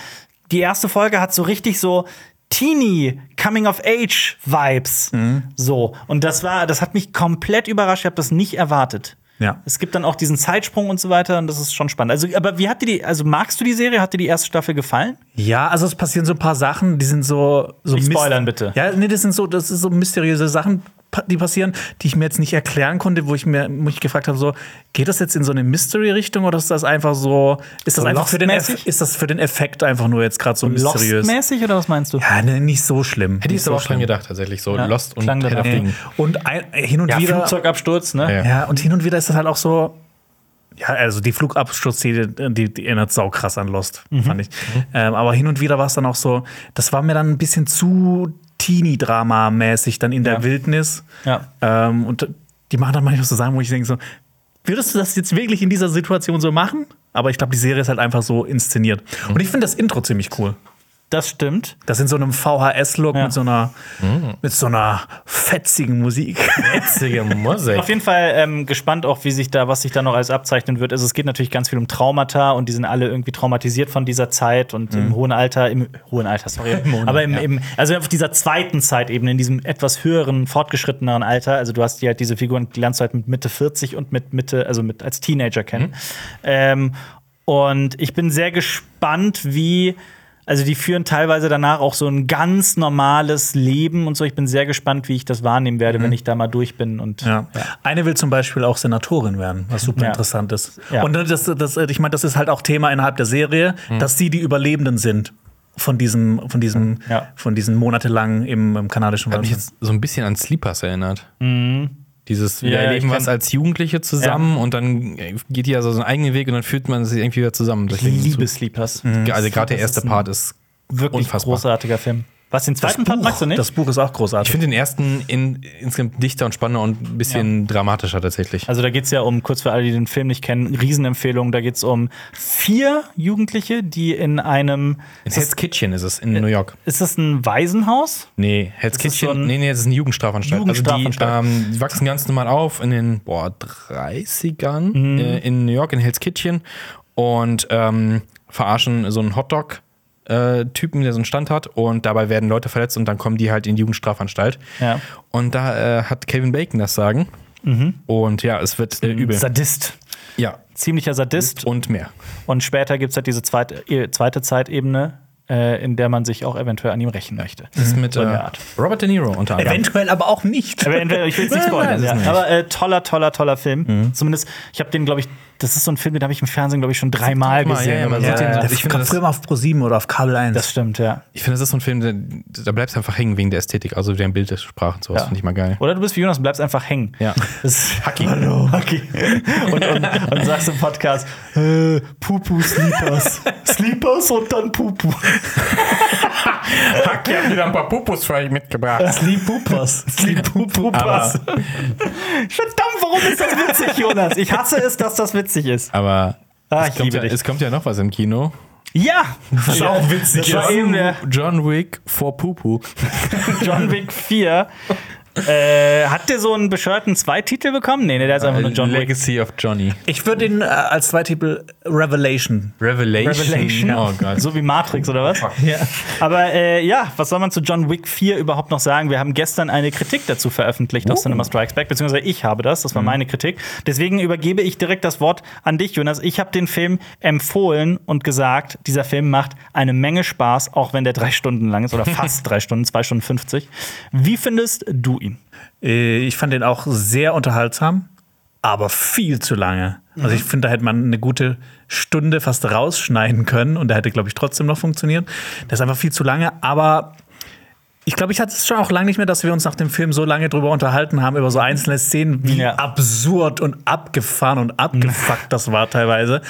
die erste Folge hat so richtig so Teenie Coming of Age Vibes. So. Und das war, das hat mich komplett überrascht, ich habe das nicht erwartet.
Ja.
Es gibt dann auch diesen Zeitsprung und so weiter und das ist schon spannend. Also, aber wie hat dir die, also magst du die Serie? Hat dir die erste Staffel gefallen?
Ja, also es passieren so ein paar Sachen, die sind so so
Nicht
myst-
spoilern, bitte.
Ja, nee, das sind so das ist so mysteriöse Sachen, pa- die passieren, die ich mir jetzt nicht erklären konnte, wo ich mir wo ich gefragt habe so, geht das jetzt in so eine Mystery Richtung oder ist das einfach so ist das
So
einfach für den
Lost-mäßig?
Eff- ist das für den Effekt einfach nur jetzt gerade so mysteriös?
Lost-mäßig oder was meinst du?
Ja, nee, nicht so schlimm.
Hätte ich
Nicht
es
so
aber auch dran
schlimm.
gedacht, tatsächlich. So Lost und
klang
Head
danach.
of Fliegen.
Und ein, hin und
Ja,
wieder
Flugzeugabsturz, ne?
Ja.
Ja, und hin und wieder ist das halt auch so. Ja, also die Flugabsturzszene, die, die erinnert saukrass an Lost,
Mhm.
fand ich. Ähm, aber hin und wieder war es dann auch so, das war mir dann ein bisschen zu Teenie-Drama-mäßig dann in der
Ja.
Wildnis.
Ja.
Ähm, und die machen dann manchmal so Sachen, wo ich denke so, würdest du das jetzt wirklich in dieser Situation so machen? Aber ich glaube, die Serie ist halt einfach so inszeniert.
Mhm.
Und ich finde das Intro ziemlich cool.
Das stimmt.
Das in so einem VHS-Look
Ja. Mhm.
mit so einer mit so einer fetzigen Musik.
Witzige
*laughs*
Musik.
Auf jeden Fall ähm, gespannt auch, wie sich da, was sich da noch alles abzeichnen wird. Also es geht natürlich ganz viel um Traumata und die sind alle irgendwie traumatisiert von dieser Zeit und im hohen Alter, im hohen Alter, sorry, aber Mhm. *laughs* im, im, also auf dieser zweiten Zeitebene, in diesem etwas höheren, fortgeschritteneren Alter, also du hast die halt diese Figuren, die lernst du halt mit Mitte 40 und mit Mitte, also mit als Teenager kennen. Ähm, und ich bin sehr gespannt, wie also die führen teilweise danach auch so ein ganz normales Leben und so. Ich bin sehr gespannt, wie ich das wahrnehmen werde, wenn ich da mal durch bin und
Ja. Eine will zum Beispiel auch Senatorin werden, was super
Ja.
interessant ist.
Ja. Mhm.
Und das, das, ich meine, das ist halt auch Thema innerhalb der Serie, dass sie die Überlebenden sind von diesem, von diesem,
Ja.
von diesen monatelang im, im kanadischen
Hat mich
Wald.
jetzt so ein bisschen an Sleepers erinnert. Dieses, wir
Mhm. Ja,
erleben
ich kenn-
was als Jugendliche zusammen und dann äh, geht die ja so seinen eigenen Weg und dann fühlt man sich irgendwie wieder zusammen.
Ich
Deswegen
liebe
zu-
Sleepers.
Also gerade der
Das ist
erste
ein
Part ist.
Wirklich
unfassbar.
großartiger Film. Was, den zweiten Part magst du nicht?
Das Buch ist auch großartig.
Ich finde den ersten in, insgesamt dichter und spannender und ein bisschen dramatischer tatsächlich.
also da geht es ja um, kurz für alle, die den Film nicht kennen, Riesenempfehlung, da geht es um vier Jugendliche, die in einem
In Hell's Kitchen ist es in
Äh,
New York.
Ist das ein Waisenhaus?
Nee, Hell's
Das ist
Kitchen.
so ein-
nee, nee, das ist eine Jugendstrafanstalt.
Jugendstrafanstalt.
Also die, ähm, die wachsen ganz normal auf in den boah, 30ern
Mhm.
äh, in New York, in Hell's Kitchen und ähm, verarschen so einen Hotdog. äh, Typen, der so einen Stand hat und dabei werden Leute verletzt und dann kommen die halt in die Jugendstrafanstalt.
Ja. Mhm.
Und da äh, hat Kevin Bacon das Sagen. Und ja, es wird äh, übel.
Sadist.
Ja.
Ziemlicher Sadist.
Und mehr.
Und später gibt es halt diese zweite, eh, zweite Zeitebene, äh, in der man sich auch eventuell an ihm rächen möchte.
Das ist mit
So in
äh,
der Art.
Robert De Niro unter anderem.
Eventuell aber auch
*laughs*
nicht.
Aber entweder, ich will es nicht
Man weiß
spoilern.
es
Ja.
nicht. Mhm.
Aber äh, toller, toller, toller Film. Zumindest, ich habe den, glaube ich, das ist so ein Film, den habe ich im Fernsehen, glaube ich, schon dreimal
Mal, ja,
gesehen.
ja, man
oder
sieht
so.
den-
ja,
Der
ich finde,
kommt
das-
früher mal auf ProSieben oder auf Kabel 1.
das stimmt, ja.
Ich finde, das ist so ein Film, der, da bleibst du einfach hängen wegen der Ästhetik, also deren Bildsprache und sowas.
Ja.
Finde ich mal geil.
Oder du bist wie Jonas und bleibst einfach hängen.
Ja.
Das Hacki. *laughs* Hallo. Hacki. Und, und, und sagst im Podcast, äh, Pupu *laughs* Sleepers. Sleepers und dann Pupu.
Hack, ihr habt wieder ein paar Pupus für euch mitgebracht.
Sleep Pupas. *laughs* Sleep Pupas. Verdammt, warum ist das witzig, Jonas? Ich hasse es, dass das witzig ist.
Aber
Ah,
es,
ich
kommt
liebe
ja,
dich.
es kommt ja noch was im Kino.
Ja! Das ist auch witzig. Das war eben der
John Wick vor Pupu.
John Wick 4. Äh, hat der so einen bescheuerten Zweititel bekommen? Nee, nee, der ist einfach nur John Wick.
Legacy of Johnny.
Ich würde ihn äh, als Zweititel Revelation.
Revelation. Oh Gott.
So wie Matrix oder was? *laughs* Ja. Aber äh, ja, was soll man zu John Wick 4 überhaupt noch sagen? Wir haben gestern eine Kritik dazu veröffentlicht auf Cinema Strikes Back, beziehungsweise ich habe das, das war meine Kritik. Deswegen übergebe ich direkt das Wort an dich, Jonas. Ich habe den Film empfohlen und gesagt, dieser Film macht eine Menge Spaß, auch wenn der drei Stunden lang *laughs* ist oder fast drei Stunden, zwei Stunden 50. Wie findest du ihn?
Äh, Ich fand den auch sehr unterhaltsam, aber viel zu lange. Also
Mhm.
ich finde, da hätte man eine gute Stunde fast rausschneiden können und der hätte, glaube ich, trotzdem noch funktioniert. Der ist einfach viel zu lange, aber Ich glaube, ich hatte es schon auch lange nicht mehr, dass wir uns nach dem Film so lange drüber unterhalten haben, über so einzelne Szenen, wie
Mhm. Ja.
absurd und abgefahren und abgefuckt das war teilweise.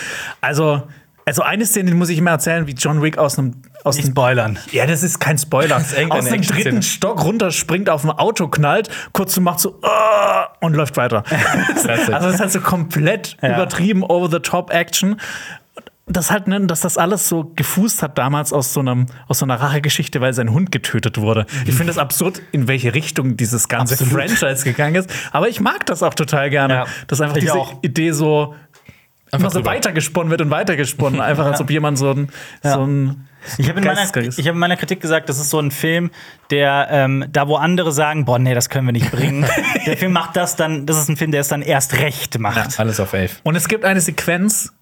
Also, also eine Szene, die muss ich immer erzählen, wie John Wick aus einem aus
Nicht
dem
spoilern.
Ja, das ist kein Spoiler.
irgendeine
aus dem
Action-Szene.
dritten Stock runterspringt, auf ein Auto knallt, kurz so macht so "Ah!" und
*laughs*
läuft weiter. also das ist halt so komplett übertrieben over the top Action. Das halt, ne, dass das alles so gefußt hat damals aus so, einem, aus so einer Rachegeschichte, weil sein Hund getötet wurde. Ich finde das absurd, in welche Richtung dieses ganze Franchise gegangen ist. Aber ich mag das auch total gerne,
Ja.
dass einfach
Ich
diese
auch.
Idee so einfach so
drüber.
weitergesponnen wird und weitergesponnen. Einfach als ob jemand so ein, so ein
Ich habe in, meiner-
Geisteskrank ist.
ich hab in meiner Kritik gesagt, das ist so ein Film, der ähm, da, wo andere sagen, boah, nee, das können wir nicht
*laughs*
bringen. der Film macht das dann, das ist ein Film, der es dann erst recht macht.
Alles auf elf.
Und es gibt eine Sequenz,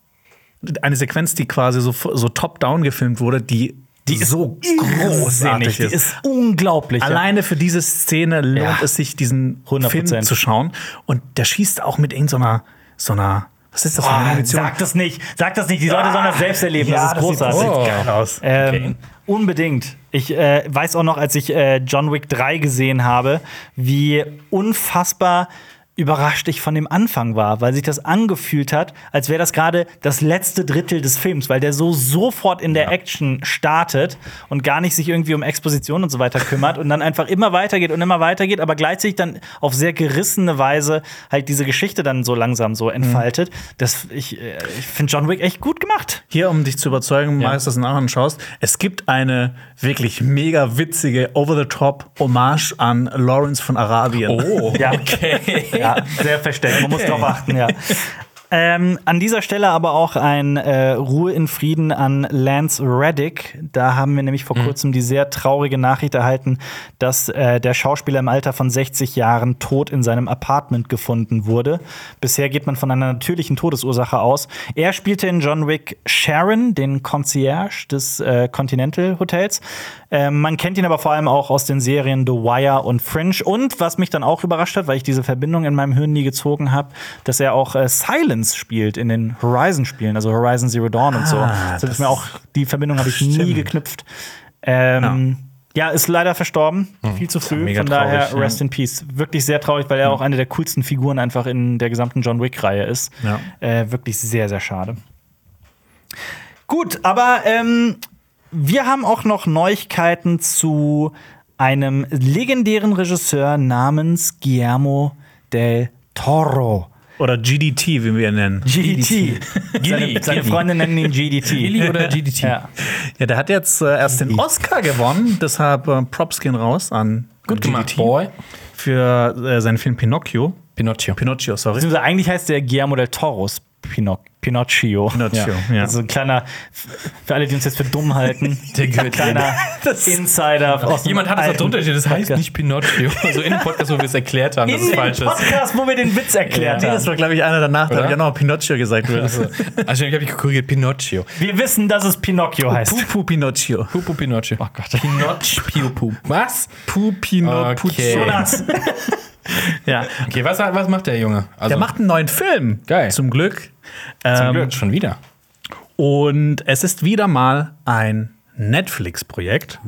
eine Sequenz, die quasi so, so top-down gefilmt wurde, die, die so
Irrsinnig,
großartig
die
ist.
ist unglaublich.
Alleine für diese Szene lohnt
Ja.
es sich, diesen
100%.
Film zu schauen. Und der schießt auch mit irgendeiner, so einer, was ist das für
Oh,
eine Munition?
sag das nicht, sag das nicht. Die Leute sollen das selbst erleben.
Ja,
das ist großartig.
Sieht, das sieht geil aus.
Ähm, Unbedingt. Ich äh, weiß auch noch, als ich äh, John Wick 3 gesehen habe, wie unfassbar überrascht ich von dem Anfang war, weil sich das angefühlt hat, als wäre das gerade das letzte Drittel des Films, weil der so sofort in der Action startet und gar nicht sich irgendwie um Exposition und so weiter kümmert und dann einfach immer weitergeht und immer weitergeht, aber gleichzeitig dann auf sehr gerissene Weise halt diese Geschichte dann so langsam so entfaltet. Das, ich äh, ich finde John Wick echt gut gemacht.
Hier, um dich zu überzeugen, Marius, dass du nachher schaust, es gibt eine wirklich mega witzige Over-the-Top-Hommage an Lawrence von Arabien.
Oh.
Ja, okay. *laughs* Ja, sehr versteckt. Man muss drauf achten, ja. Ähm, an dieser Stelle aber auch ein äh, Ruhe in Frieden an Lance Reddick. Da haben wir nämlich vor kurzem die sehr traurige Nachricht erhalten, dass äh, der Schauspieler im Alter von 60 Jahren tot in seinem Apartment gefunden wurde. Bisher geht man von einer natürlichen Todesursache aus. Er spielte in John Wick Sharon, den Concierge des äh, Continental Hotels. Ähm, man kennt ihn aber vor allem auch aus den Serien The Wire und Fringe. Und was mich dann auch überrascht hat, weil ich diese Verbindung in meinem Hirn nie gezogen habe, dass er auch äh, Silence spielt in den Horizon-Spielen, also Horizon Zero Dawn und so.
Ah,
Also Das ist
das-
mir auch, die Verbindung habe ich nie geknüpft. Ähm, ja. ist leider verstorben, viel zu früh.
mega
Von daher,
traurig, Hm. ja.
rest in peace. Wirklich sehr traurig, weil er auch eine der coolsten Figuren einfach in der gesamten John Wick-Reihe ist.
Ja.
Äh, wirklich sehr, sehr schade. Gut, aber ähm, wir haben auch noch Neuigkeiten zu einem legendären Regisseur namens Guillermo del Toro.
Oder GDT, wie wir ihn nennen.
GDT.
Gilly.
Seine, seine Freunde nennen ihn GDT.
Gilly oder GDT?
Ja.
Ja, der hat jetzt äh, erst
Hm.
den Oscar gewonnen, deshalb äh, Props gehen raus an
Gut
an
gemacht,
GDT
Boy.
für äh, seinen Film Pinocchio.
Pinocchio.
Pinocchio, sorry.
Beziehungsweise eigentlich heißt der Guillermo del Toros Pinoc Pinocchio.
Pinocchio,
Ja.
ja.
Also ein kleiner, für alle, die uns jetzt für dumm halten,
Der Gürtel. *laughs*
kleiner Insider. Aus dem
Jemand hat es da
alten
drunter stehen, das heißt
Podcast.
nicht
*laughs*
Pinocchio. Also in dem Podcast, wo wir es erklärt haben, dass
In
es
dem
falsch ist.
Podcast, wo wir den Witz erklärt
Nee,
haben.
das war, glaube ich, einer danach, da
Oder?
habe ich auch noch Pinocchio gesagt.
Also,
Wird.
also ich habe mich korrigiert, Pinocchio.
Wir wissen, dass es Pinocchio heißt.
Pupu Pinocchio.
Pupu Pinocchio. Oh Gott. Pinocchio. Piu, Pup. Was?
Pupu Pinocchio.
Okay.
Jonas.
Ja.
Okay, was, was macht der Junge? Also,
Der macht einen neuen Film.
Geil.
Zum Glück.
zum
Ähm,
Glück schon wieder.
Und es ist wieder mal ein Netflix-Projekt.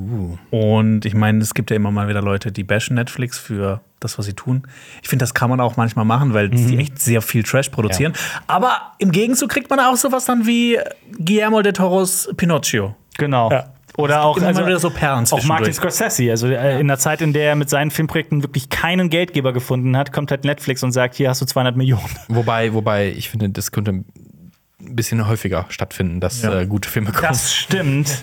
Und ich meine, es gibt ja immer mal wieder Leute, die bashen Netflix für das, was sie tun. Ich finde, das kann man auch manchmal machen, weil sie echt sehr viel Trash produzieren. Aber im Gegenzug kriegt man auch sowas dann wie Guillermo de Toros Pinocchio.
Genau.
Ja.
Oder auch,
Immer mal wieder so Perlen
auch Martin
zwischendurch.
Scorsese. Also äh, in der Zeit, in der er mit seinen Filmprojekten wirklich keinen Geldgeber gefunden hat, kommt halt Netflix und sagt, hier hast du 200 Millionen.
Wobei, wobei, ich finde, das könnte ein bisschen häufiger stattfinden, dass äh, gute Filme kommen.
Das *laughs* stimmt.
Muss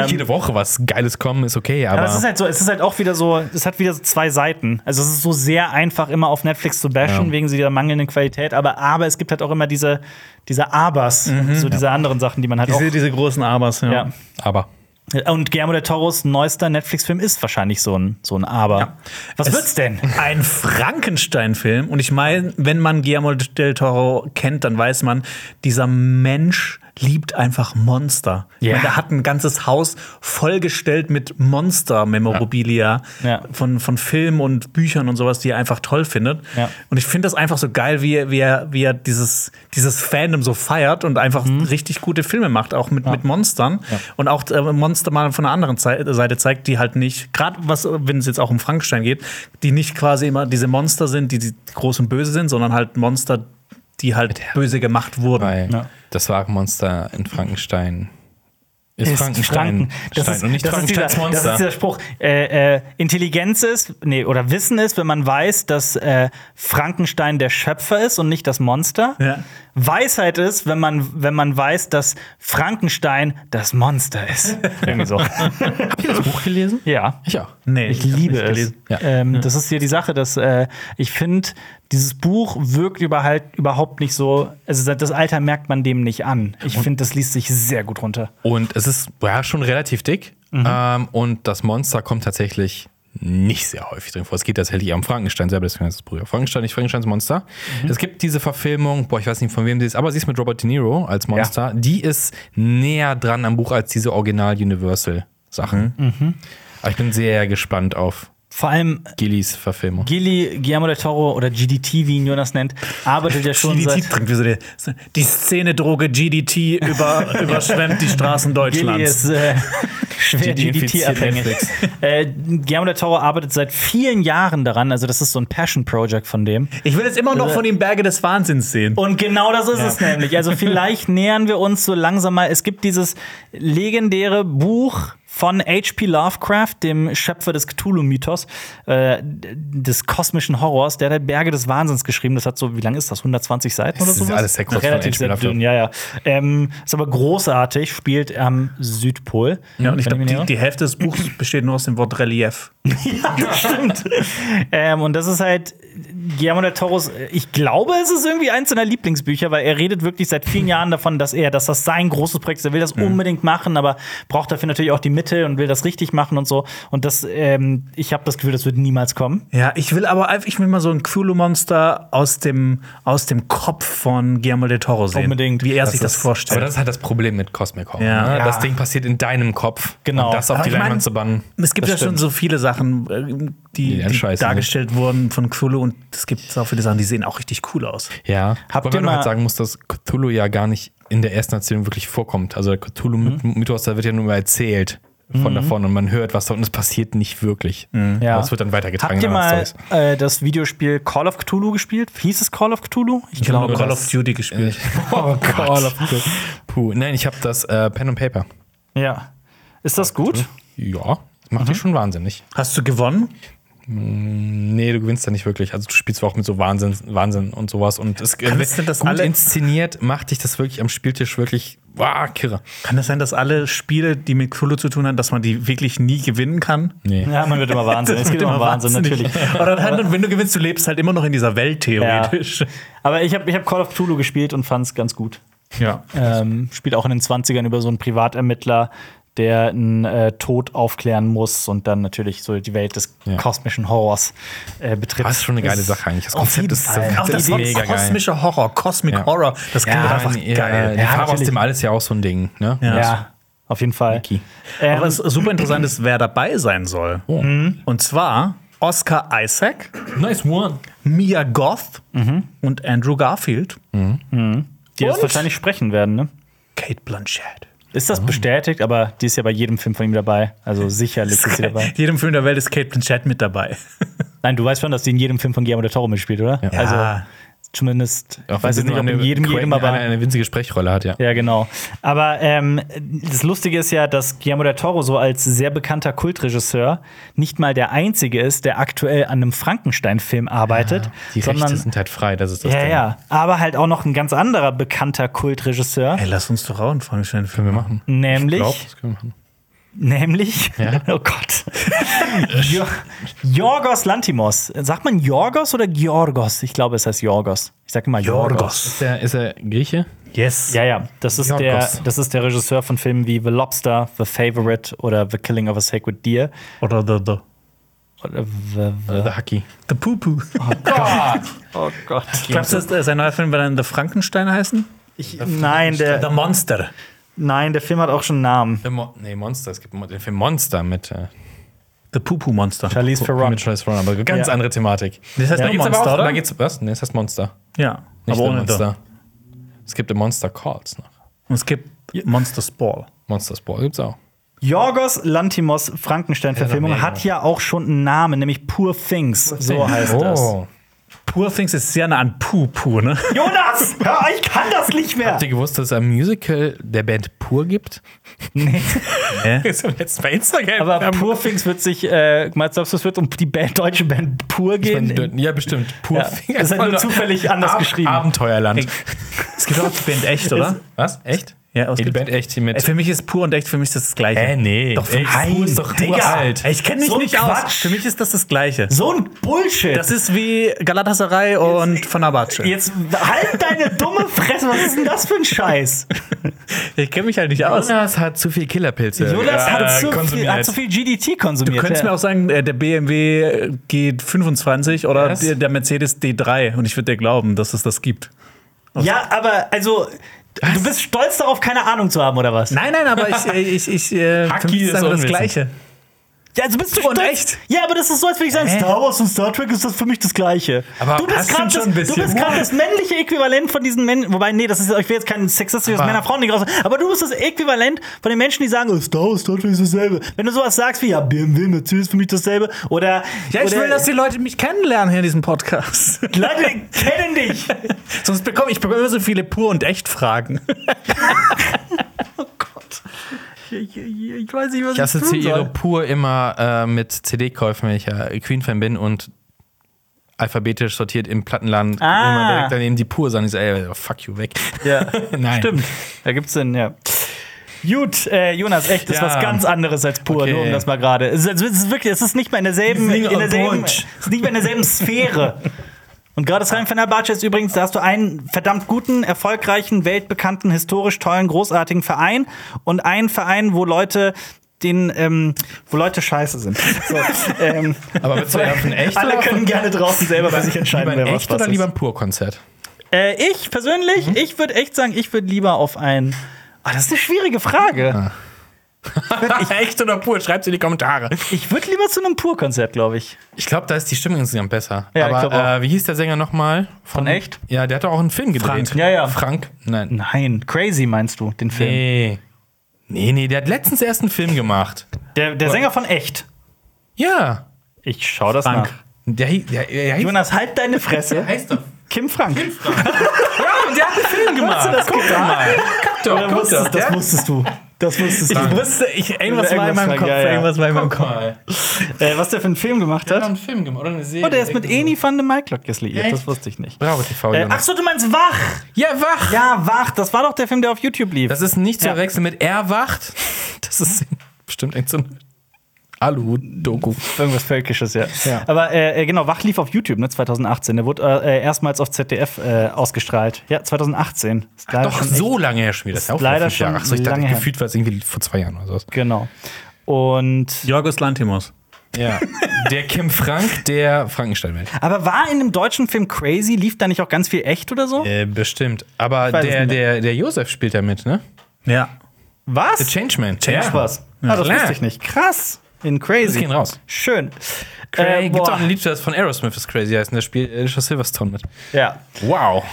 nicht *laughs* jede Woche was Geiles kommen, ist okay, aber.
Ähm, Aber es ist halt so, es ist halt auch wieder so, es hat wieder so zwei Seiten. Also es ist so sehr einfach, immer auf Netflix zu bashen,
Ja.
wegen dieser mangelnden Qualität, aber, aber es gibt halt auch immer diese, diese Abers, so diese anderen Sachen, die man halt
Diese, diese großen Abers, ja.
auch. Ja.
aber.
Und Guillermo del Toros neuester Netflix-Film ist wahrscheinlich so ein, so ein Aber. Was
Es-
wird's denn?
Ein Frankenstein-Film. Und ich meine, wenn man Guillermo del Toro kennt, dann weiß man, dieser Mensch liebt einfach Monster. Ich
Ja.
meine, der hat ein ganzes Haus vollgestellt mit Monster-Memorabilia
Ja.
von, von Filmen und Büchern und sowas, die er einfach toll findet.
Ja.
Und ich finde das einfach so geil, wie er, wie er, wie er dieses, dieses Fandom so feiert und einfach
Mhm.
richtig gute Filme macht, auch mit, mit Monstern. Und auch äh, Monster mal von einer anderen Zei- Seite zeigt, die halt nicht, gerade was, wenn es jetzt auch um Frankenstein geht, die nicht quasi immer diese Monster sind, die, die groß und böse sind, sondern halt Monster, die halt böse gemacht wurden.
Weil
Ja.
das Wagmonster in Frankenstein ist,
Ist
Frankenstein.
Franken- Das
Stein
ist,
und nicht
das, ist dieser,
Frankensteins
das ist
Monster.
dieser Spruch. Äh, äh, Intelligenz ist, nee, oder Wissen ist, wenn man weiß, dass äh, Frankenstein der Schöpfer ist und nicht das Monster.
Ja.
Weisheit ist, wenn man, wenn man weiß, dass Frankenstein das Monster
*laughs*
ist. Irgendwie so.
Habt ihr das Buch gelesen?
Ja.
Ich auch.
Nee,
Ich
hab
liebe
nicht
es.
gelesen.
Ja.
Ähm, das ist hier die Sache, dass äh, ich finde, dieses Buch wirkt über halt überhaupt nicht so. Also das Alter merkt man dem nicht an. Ich finde, das liest sich sehr gut runter.
Und es ist ja, schon relativ dick.
Mhm.
Ähm, und das Monster kommt tatsächlich nicht sehr häufig drin vor. Es geht tatsächlich eher um Frankenstein selber, deswegen heißt es Brüder. Frankenstein, nicht Frankensteins Monster.
Mhm.
Es gibt diese Verfilmung, boah, ich weiß nicht von wem sie ist, aber sie ist mit Robert De Niro als Monster. Die ist näher dran am Buch als diese Original-Universal-Sachen.
Mhm.
Aber ich bin sehr gespannt auf
Vor allem
Gillies Verfilmung.
Gilly, Guillermo del Toro oder GDT, wie ihn Jonas nennt, arbeitet ja
*laughs*
schon
GDT
seit.
trinkt, wie so die, die Szene-Droge GDT
*laughs*
über, überschwemmt die Straßen
Gilly
Deutschlands.
ist äh, schwer
Die
GDT-abhängig.
infiziert
Äh, Guillermo del Toro arbeitet seit vielen Jahren daran, also das ist so ein Passion-Project von dem.
Ich will jetzt immer
Äh,
noch von den Berge des Wahnsinns sehen.
*laughs* Und genau das ist es nämlich. Also
*laughs*
vielleicht nähern wir uns so langsam mal. Es gibt dieses legendäre Buch von H.P. Lovecraft, dem Schöpfer des Cthulhu-Mythos, äh, d- des kosmischen Horrors. Der hat halt Berge des Wahnsinns geschrieben. Das hat so, wie lang ist das? 120 Seiten oder
Das
so?
ist alles sehr kurz von
Relativ
H.P.
sehr
Lovecraft.
dünn, ja, ja. Ähm, ist aber großartig, spielt am Südpol.
Ja, und ich
Wenn
glaube,
mich nicht
die, die Hälfte des Buchs besteht nur aus dem Wort Relief.
*laughs* Stimmt. ähm, und das ist halt Guillermo del Toros, äh, ich glaube, es ist irgendwie eins seiner Lieblingsbücher, weil er redet wirklich seit vielen Jahren davon, dass er, dass das sein großes Projekt ist. Er will
Mhm.
das unbedingt machen, aber braucht dafür natürlich auch die Mittel und will das richtig machen und so. Und das, ähm, ich habe das Gefühl, das wird niemals kommen.
Ja, ich will aber einfach, ich will mal so ein Cthulhu-Monster aus dem, aus dem Kopf von Guillermo del Toro sehen.
Unbedingt.
Wie er sich das vorstellt.
Aber das ist halt das Problem mit Cosmic Horror.
Ja.
Ne?
Ja.
Das Ding passiert in deinem Kopf.
Genau.
Und das auf
Aber
die
ich mein,
Leinwand zu bannen.
es gibt
das
ja schon
stimmt.
so viele Sachen, äh, die,
Die einen
die
Scheiß sind.
dargestellt wurden von Cthulhu und es gibt auch viele Sachen, die sehen auch richtig cool aus.
Ja,
Habt
wobei
ihr
man noch
mal-
halt sagen muss, dass Cthulhu ja gar nicht in der ersten Erzählung wirklich vorkommt. Also der
Mhm.
Cthulhu-Mythos, da wird ja nur mal erzählt von davon und man hört was da und es passiert nicht wirklich.
Ja.
Aber es wird dann weitergetragen.
Mhm. Habt ihr
in andere
mal *laughs*
Storys.
äh, das Videospiel Call of Cthulhu gespielt? Hieß es Call of Cthulhu? Ich
Ich habe
glaube.
Call of Duty gespielt.
*laughs* Oh Gott. Puh. Nein, ich habe das äh, Pen and Paper.
Ja. Ist das gut?
Ja, macht
Mhm.
dich schon wahnsinnig.
Hast du gewonnen?
Nee, du gewinnst da nicht wirklich. Also du spielst auch mit so Wahnsinn, Wahnsinn und sowas. Und es
Kannst du das
gut
alle-
inszeniert macht dich das wirklich am Spieltisch wirklich wow, kirre.
Kann das sein, dass alle Spiele, die mit Cthulhu zu tun haben, dass man die wirklich nie gewinnen kann?
Nee.
Ja, man wird immer
*laughs*
Wahnsinn. Es
Das
geht
wird
immer Wahnsinn,
wahnsinnig.
natürlich.
Aber dann, halt, wenn du gewinnst, du lebst halt immer noch in dieser Welt theoretisch.
Aber ich habe ich hab Call of Cthulhu gespielt und fand es ganz gut.
Ja.
Ähm, spielt auch in den 20ern über so einen Privatermittler, der einen äh, Tod aufklären muss und dann natürlich so die Welt des
Ja.
kosmischen Horrors äh, betritt.
Aber es ist schon eine geile Sache eigentlich. Das
auf
Konzept
jeden
ist-
Fall.
das
Auch das Wort
mega geil.
kosmischer Horror, Cosmic
Ja.
Horror, das klingt
Ja,
einfach
ja,
geil.
Die
Ja,
Farbe aus
natürlich.
dem All ist ja auch so ein Ding. Ne?
Ja. auf jeden Fall.
Aber es ist super interessant ist, wer dabei sein soll.
Mhm.
Und zwar Oscar Isaac,
Nice one.
Mia Goth und Andrew Garfield,
Die das
Und?
wahrscheinlich sprechen werden, ne?
Kate Blanchett.
Ist das bestätigt? Aber die ist ja bei jedem Film von ihm dabei. Also sicherlich ist sie dabei.
Jedem Film der Welt ist Kate Blanchett mit dabei.
Nein, du weißt schon, dass die in jedem Film von Guillermo del Toro mitspielt, oder?
Ja.
Ah,
Also zumindest, ich weiß jetzt nicht, ob in jedem, jedem, aber.
Eine, eine winzige Sprechrolle hat, ja.
Ja, genau. Aber ähm, das Lustige ist ja, dass Guillermo del Toro so als sehr bekannter Kultregisseur nicht mal der Einzige ist, der aktuell an einem Frankenstein-Film arbeitet,
Die Rechte
sondern
sind halt frei, das ist das
ja,
Ding.
ja, aber halt auch noch ein ganz anderer bekannter Kultregisseur,
Ey, lass uns doch auch einen Frankenstein-Film
Können wir
machen.
machen.
nämlich,
Äh, Glaub, das können wir machen.
nämlich, *laughs* oh Gott, Jo- Jorgos Lantimos. Sagt man Jorgos oder Giorgos? Ich glaube, es heißt Jorgos. Ich sag immer Jorgos.
Jorgos.
Ist er, ist er Grieche?
Yes.
Ja, ja, das ist, der,
Jorgos.
das ist der Regisseur von Filmen wie The Lobster, The Favorite oder The Killing of a Sacred Deer.
Oder The, the,
Oder w- w-
Der Haki.
the Poo Poo.
Oh Gott.
Glaubst du, dass, äh, sein neuer Film wird dann The Frankenstein heißen?
Ich, nein, der,
Der Monster.
nein, der Film hat auch schon einen Namen.
Der Mo nee, Monster. Es gibt mo- den Film Monster mit, äh,
The Pupu Monster.
Charlize Theron.
mit Charles Theron, aber ganz
Ja.
andere Thematik.
Das heißt
Da
nur
geht's aber
Monster,
auch,
oder?
Da geht's, was? Nee, es heißt Monster.
Ja, aber
Nicht The
ohne Monster.
Monster. Es gibt den Monster Calls noch.
Und es gibt Monster Spall.
Monster Spore gibt's auch.
Jorgos Lantimos Frankenstein-Verfilmung
Ja, mega.
hat ja auch schon einen Namen, nämlich Poor Things. so heißt das.
Oh.
Poor Things ist sehr nah an Pupu, ne?
Jonas, hör, ich kann das nicht mehr.
Habt ihr gewusst, dass es ein Musical der Band Pur gibt? *laughs*
Hä?
Ist jetzt bei Instagram.
Aber Poor Things wird sich, äh, meinst du, es wird um die Band, deutsche Band Pur
Ich
gehen?
meine, die- ja, bestimmt. Pur
Ja, das hat nur zufällig anders geschrieben.
Abenteuerland.
es gibt auch die Band echt, oder?
Was? Echt?
Ja, was
Ey, die
gibt's?
Band echt hier
Ey,
mit.
für mich ist pur und echt, für mich ist das das Gleiche.
Äh, nee.
Doch, für
Echt?
mich
Nein,
ist
doch,
doch
du
Digga.
alt.
Ey, ich kenne mich
So ein
nicht aus.
Quatsch.
Für mich ist das das Gleiche.
so ein Bullshit.
Das ist wie Galatasaray und Fenerbahce.
Jetzt halt deine dumme Fresse, was ist denn das für ein Scheiß?
Ich kenne mich halt nicht aus. Du
Jonas hat zu viel Killerpilze.
Jonas
äh,
hat, zu viel,
konsumiert.
hat zu viel GDT konsumiert.
könntest
ja.
mir auch sagen, äh, der BMW G25 oder
Was?
der, der Mercedes D3 und ich würde dir glauben, dass es das gibt.
ja, aber also, du bist stolz darauf, keine Ahnung zu haben, oder was?
Nein, nein, aber ich, äh, ich, ich äh,
Haki
für mich ist
ist
einfach das
unwissend.
Gleiche.
Ja, also bist du
Und
stolz?
echt?
Ja, aber das ist so, als würde ich sagen, Star Wars und Star Trek ist das für mich das Gleiche.
Aber
du bist
hast du
gerade
schon
das,
ein
du bist
bisschen-
grad das männliche Äquivalent von diesen Männern. Wobei, nee, das ist, ich will jetzt kein sexistisches
Aber-
Männer-Frauen-Ding raus. Aber du bist das Äquivalent von den Menschen, die sagen, oh, Star Wars, Star Trek ist dasselbe. Wenn du sowas sagst wie, ja, BMW, Mercedes ist für mich dasselbe. Oder.
Ja, ich
oder,
will, dass die Leute mich kennenlernen hier in diesem Podcast.
Leute kennen *laughs* dich.
Sonst bekomme ich bekomme immer so viele pur und echt Fragen.
Ich, ich, ich weiß nicht, was
Ich assoziiere
soll.
pur immer äh, mit CD-Käufen, wenn ich ja Queen-Fan bin und alphabetisch sortiert im Plattenladen.
Ah.
Immer direkt daneben die pur sagen, ich so, ey, fuck you weg. *laughs*
*laughs* Ja,
Nein.
stimmt. Da gibt's Sinn, ja. Gut, äh, Jonas, echt, das ist
Ja.
was ganz anderes als pur,
Okay.
nur um das mal gerade. Es, ist- es ist wirklich, es ist nicht mehr in derselben,
Sing
in derselben,
Deutsch.
es ist nicht mehr in derselben Sphäre. Und gerade das Rhein Fenerbahce ist übrigens, da hast du einen verdammt guten, erfolgreichen, weltbekannten, historisch tollen, großartigen Verein und einen Verein, wo Leute den, ähm, wo Leute scheiße sind.
*laughs*
So, ähm,
Aber willst du eher auf *laughs* ein echt
alle
oder auf
können
ein-
gerne draußen selber für sich entscheiden,
lieber
wer
ein
was
echt
was
oder
ist.
lieber
*laughs*
ein Pur-Konzert? *laughs*
Äh, ich persönlich,
Mhm.
ich würde echt sagen, ich würde lieber auf ein. Ah, das ist eine schwierige
Ah.
Frage.
echt oder pur? Schreibt's in die Kommentare.
Ich würde lieber zu einem Pur-Konzert, glaube ich.
Ich glaube, da ist die Stimmung insgesamt besser.
Ja, ich glaub
Aber
auch.
äh, wie hieß der Sänger nochmal?
Von echt?
Ja, der hat doch auch einen Film gedreht.
Frank. Ja, ja.
Frank? Nein.
Nein, Crazy meinst du, den Film.
Nee. Nee, nee, der hat letztens erst einen Film gemacht.
Der, der Sänger von echt.
Ja.
Ich schau das
Frank.
nach.
Der, hi- der, der, der
Jonas, halt deine Fresse.
heißt doch.
Kim Frank. *laughs*
Ja, und der hat einen Film gemacht.
Hast du das
guck doch mal. Guck doch,
Oder
guck
wusstest,
doch.
das wusstest du. Das wusstest du.
wusste, ich, irgendwas
war in meinem Kopf, irgendwas
war in
Guck mal.
Äh, was der für einen Film gemacht
Der hat
hat.
einen Film gemacht oder eine Serie.
Oh, der ist mit Eni van de Maiklok gesliiert. Das
Echt?
wusste ich nicht.
Bravo TV,
Äh, ach
Jonas.
so, du meinst Wach.
Ja, wach.
Ja, Wach. Das war doch der Film, der auf YouTube lief.
Das ist nicht zu
Ja.
verwechseln mit Er wacht. Das ist bestimmt irgend so ein Alu-Doku.
Irgendwas Völkisches, ja.
Ja.
Aber äh, äh, genau, Wach lief auf YouTube, ne, 2018. Der wurde äh, äh, erstmals auf ZDF äh, ausgestrahlt. Ja, 2018. Ist leider
Doch,
schon
so lange her schon wieder. Das ist ja auch
Leider
fünf Jahre.
schon
Achso, ich dachte,
lange her.
gefühlt war es irgendwie vor zwei Jahren oder sowas.
echt- Genau. Und
Jorgos Lantimos.
Ja. *laughs* Der Kim Frank, der Frankenstein-Welt.
aber war in dem deutschen Film Crazy, lief da nicht auch ganz viel echt oder so?
Äh, bestimmt. Aber
weiß es
der,
nicht
der, der Josef spielt da mit, ne?
Ja.
Was?
The Changeman. Äh,
Ach was. Ah, das
Klar.
wusste ich nicht. Krass. In Crazy.
Das gehen raus.
Schön.
Äh,
Äh,
Gibt auch ein
boah.
Lied, das von Aerosmith ist crazy heißt, und da spielt äh, Alicia Silverstone mit.
Ja.
Wow.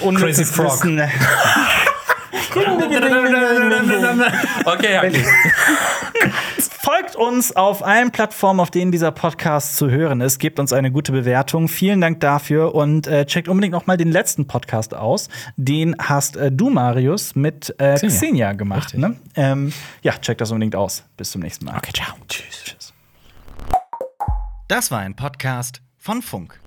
Unnützes
Crazy Frog.
Wissen.
*laughs* Okay, ja.
Folgt uns auf allen Plattformen, auf denen dieser Podcast zu hören ist. Gebt uns eine gute Bewertung. Vielen Dank dafür und äh, checkt unbedingt noch mal den letzten Podcast aus. Den hast äh, du, Marius, mit äh, Xenia.
Xenia.
gemacht. Ne? Ähm, ja, checkt das unbedingt aus. Bis zum nächsten Mal. Okay, ciao. Tschüss.
Das war ein Podcast von Funk.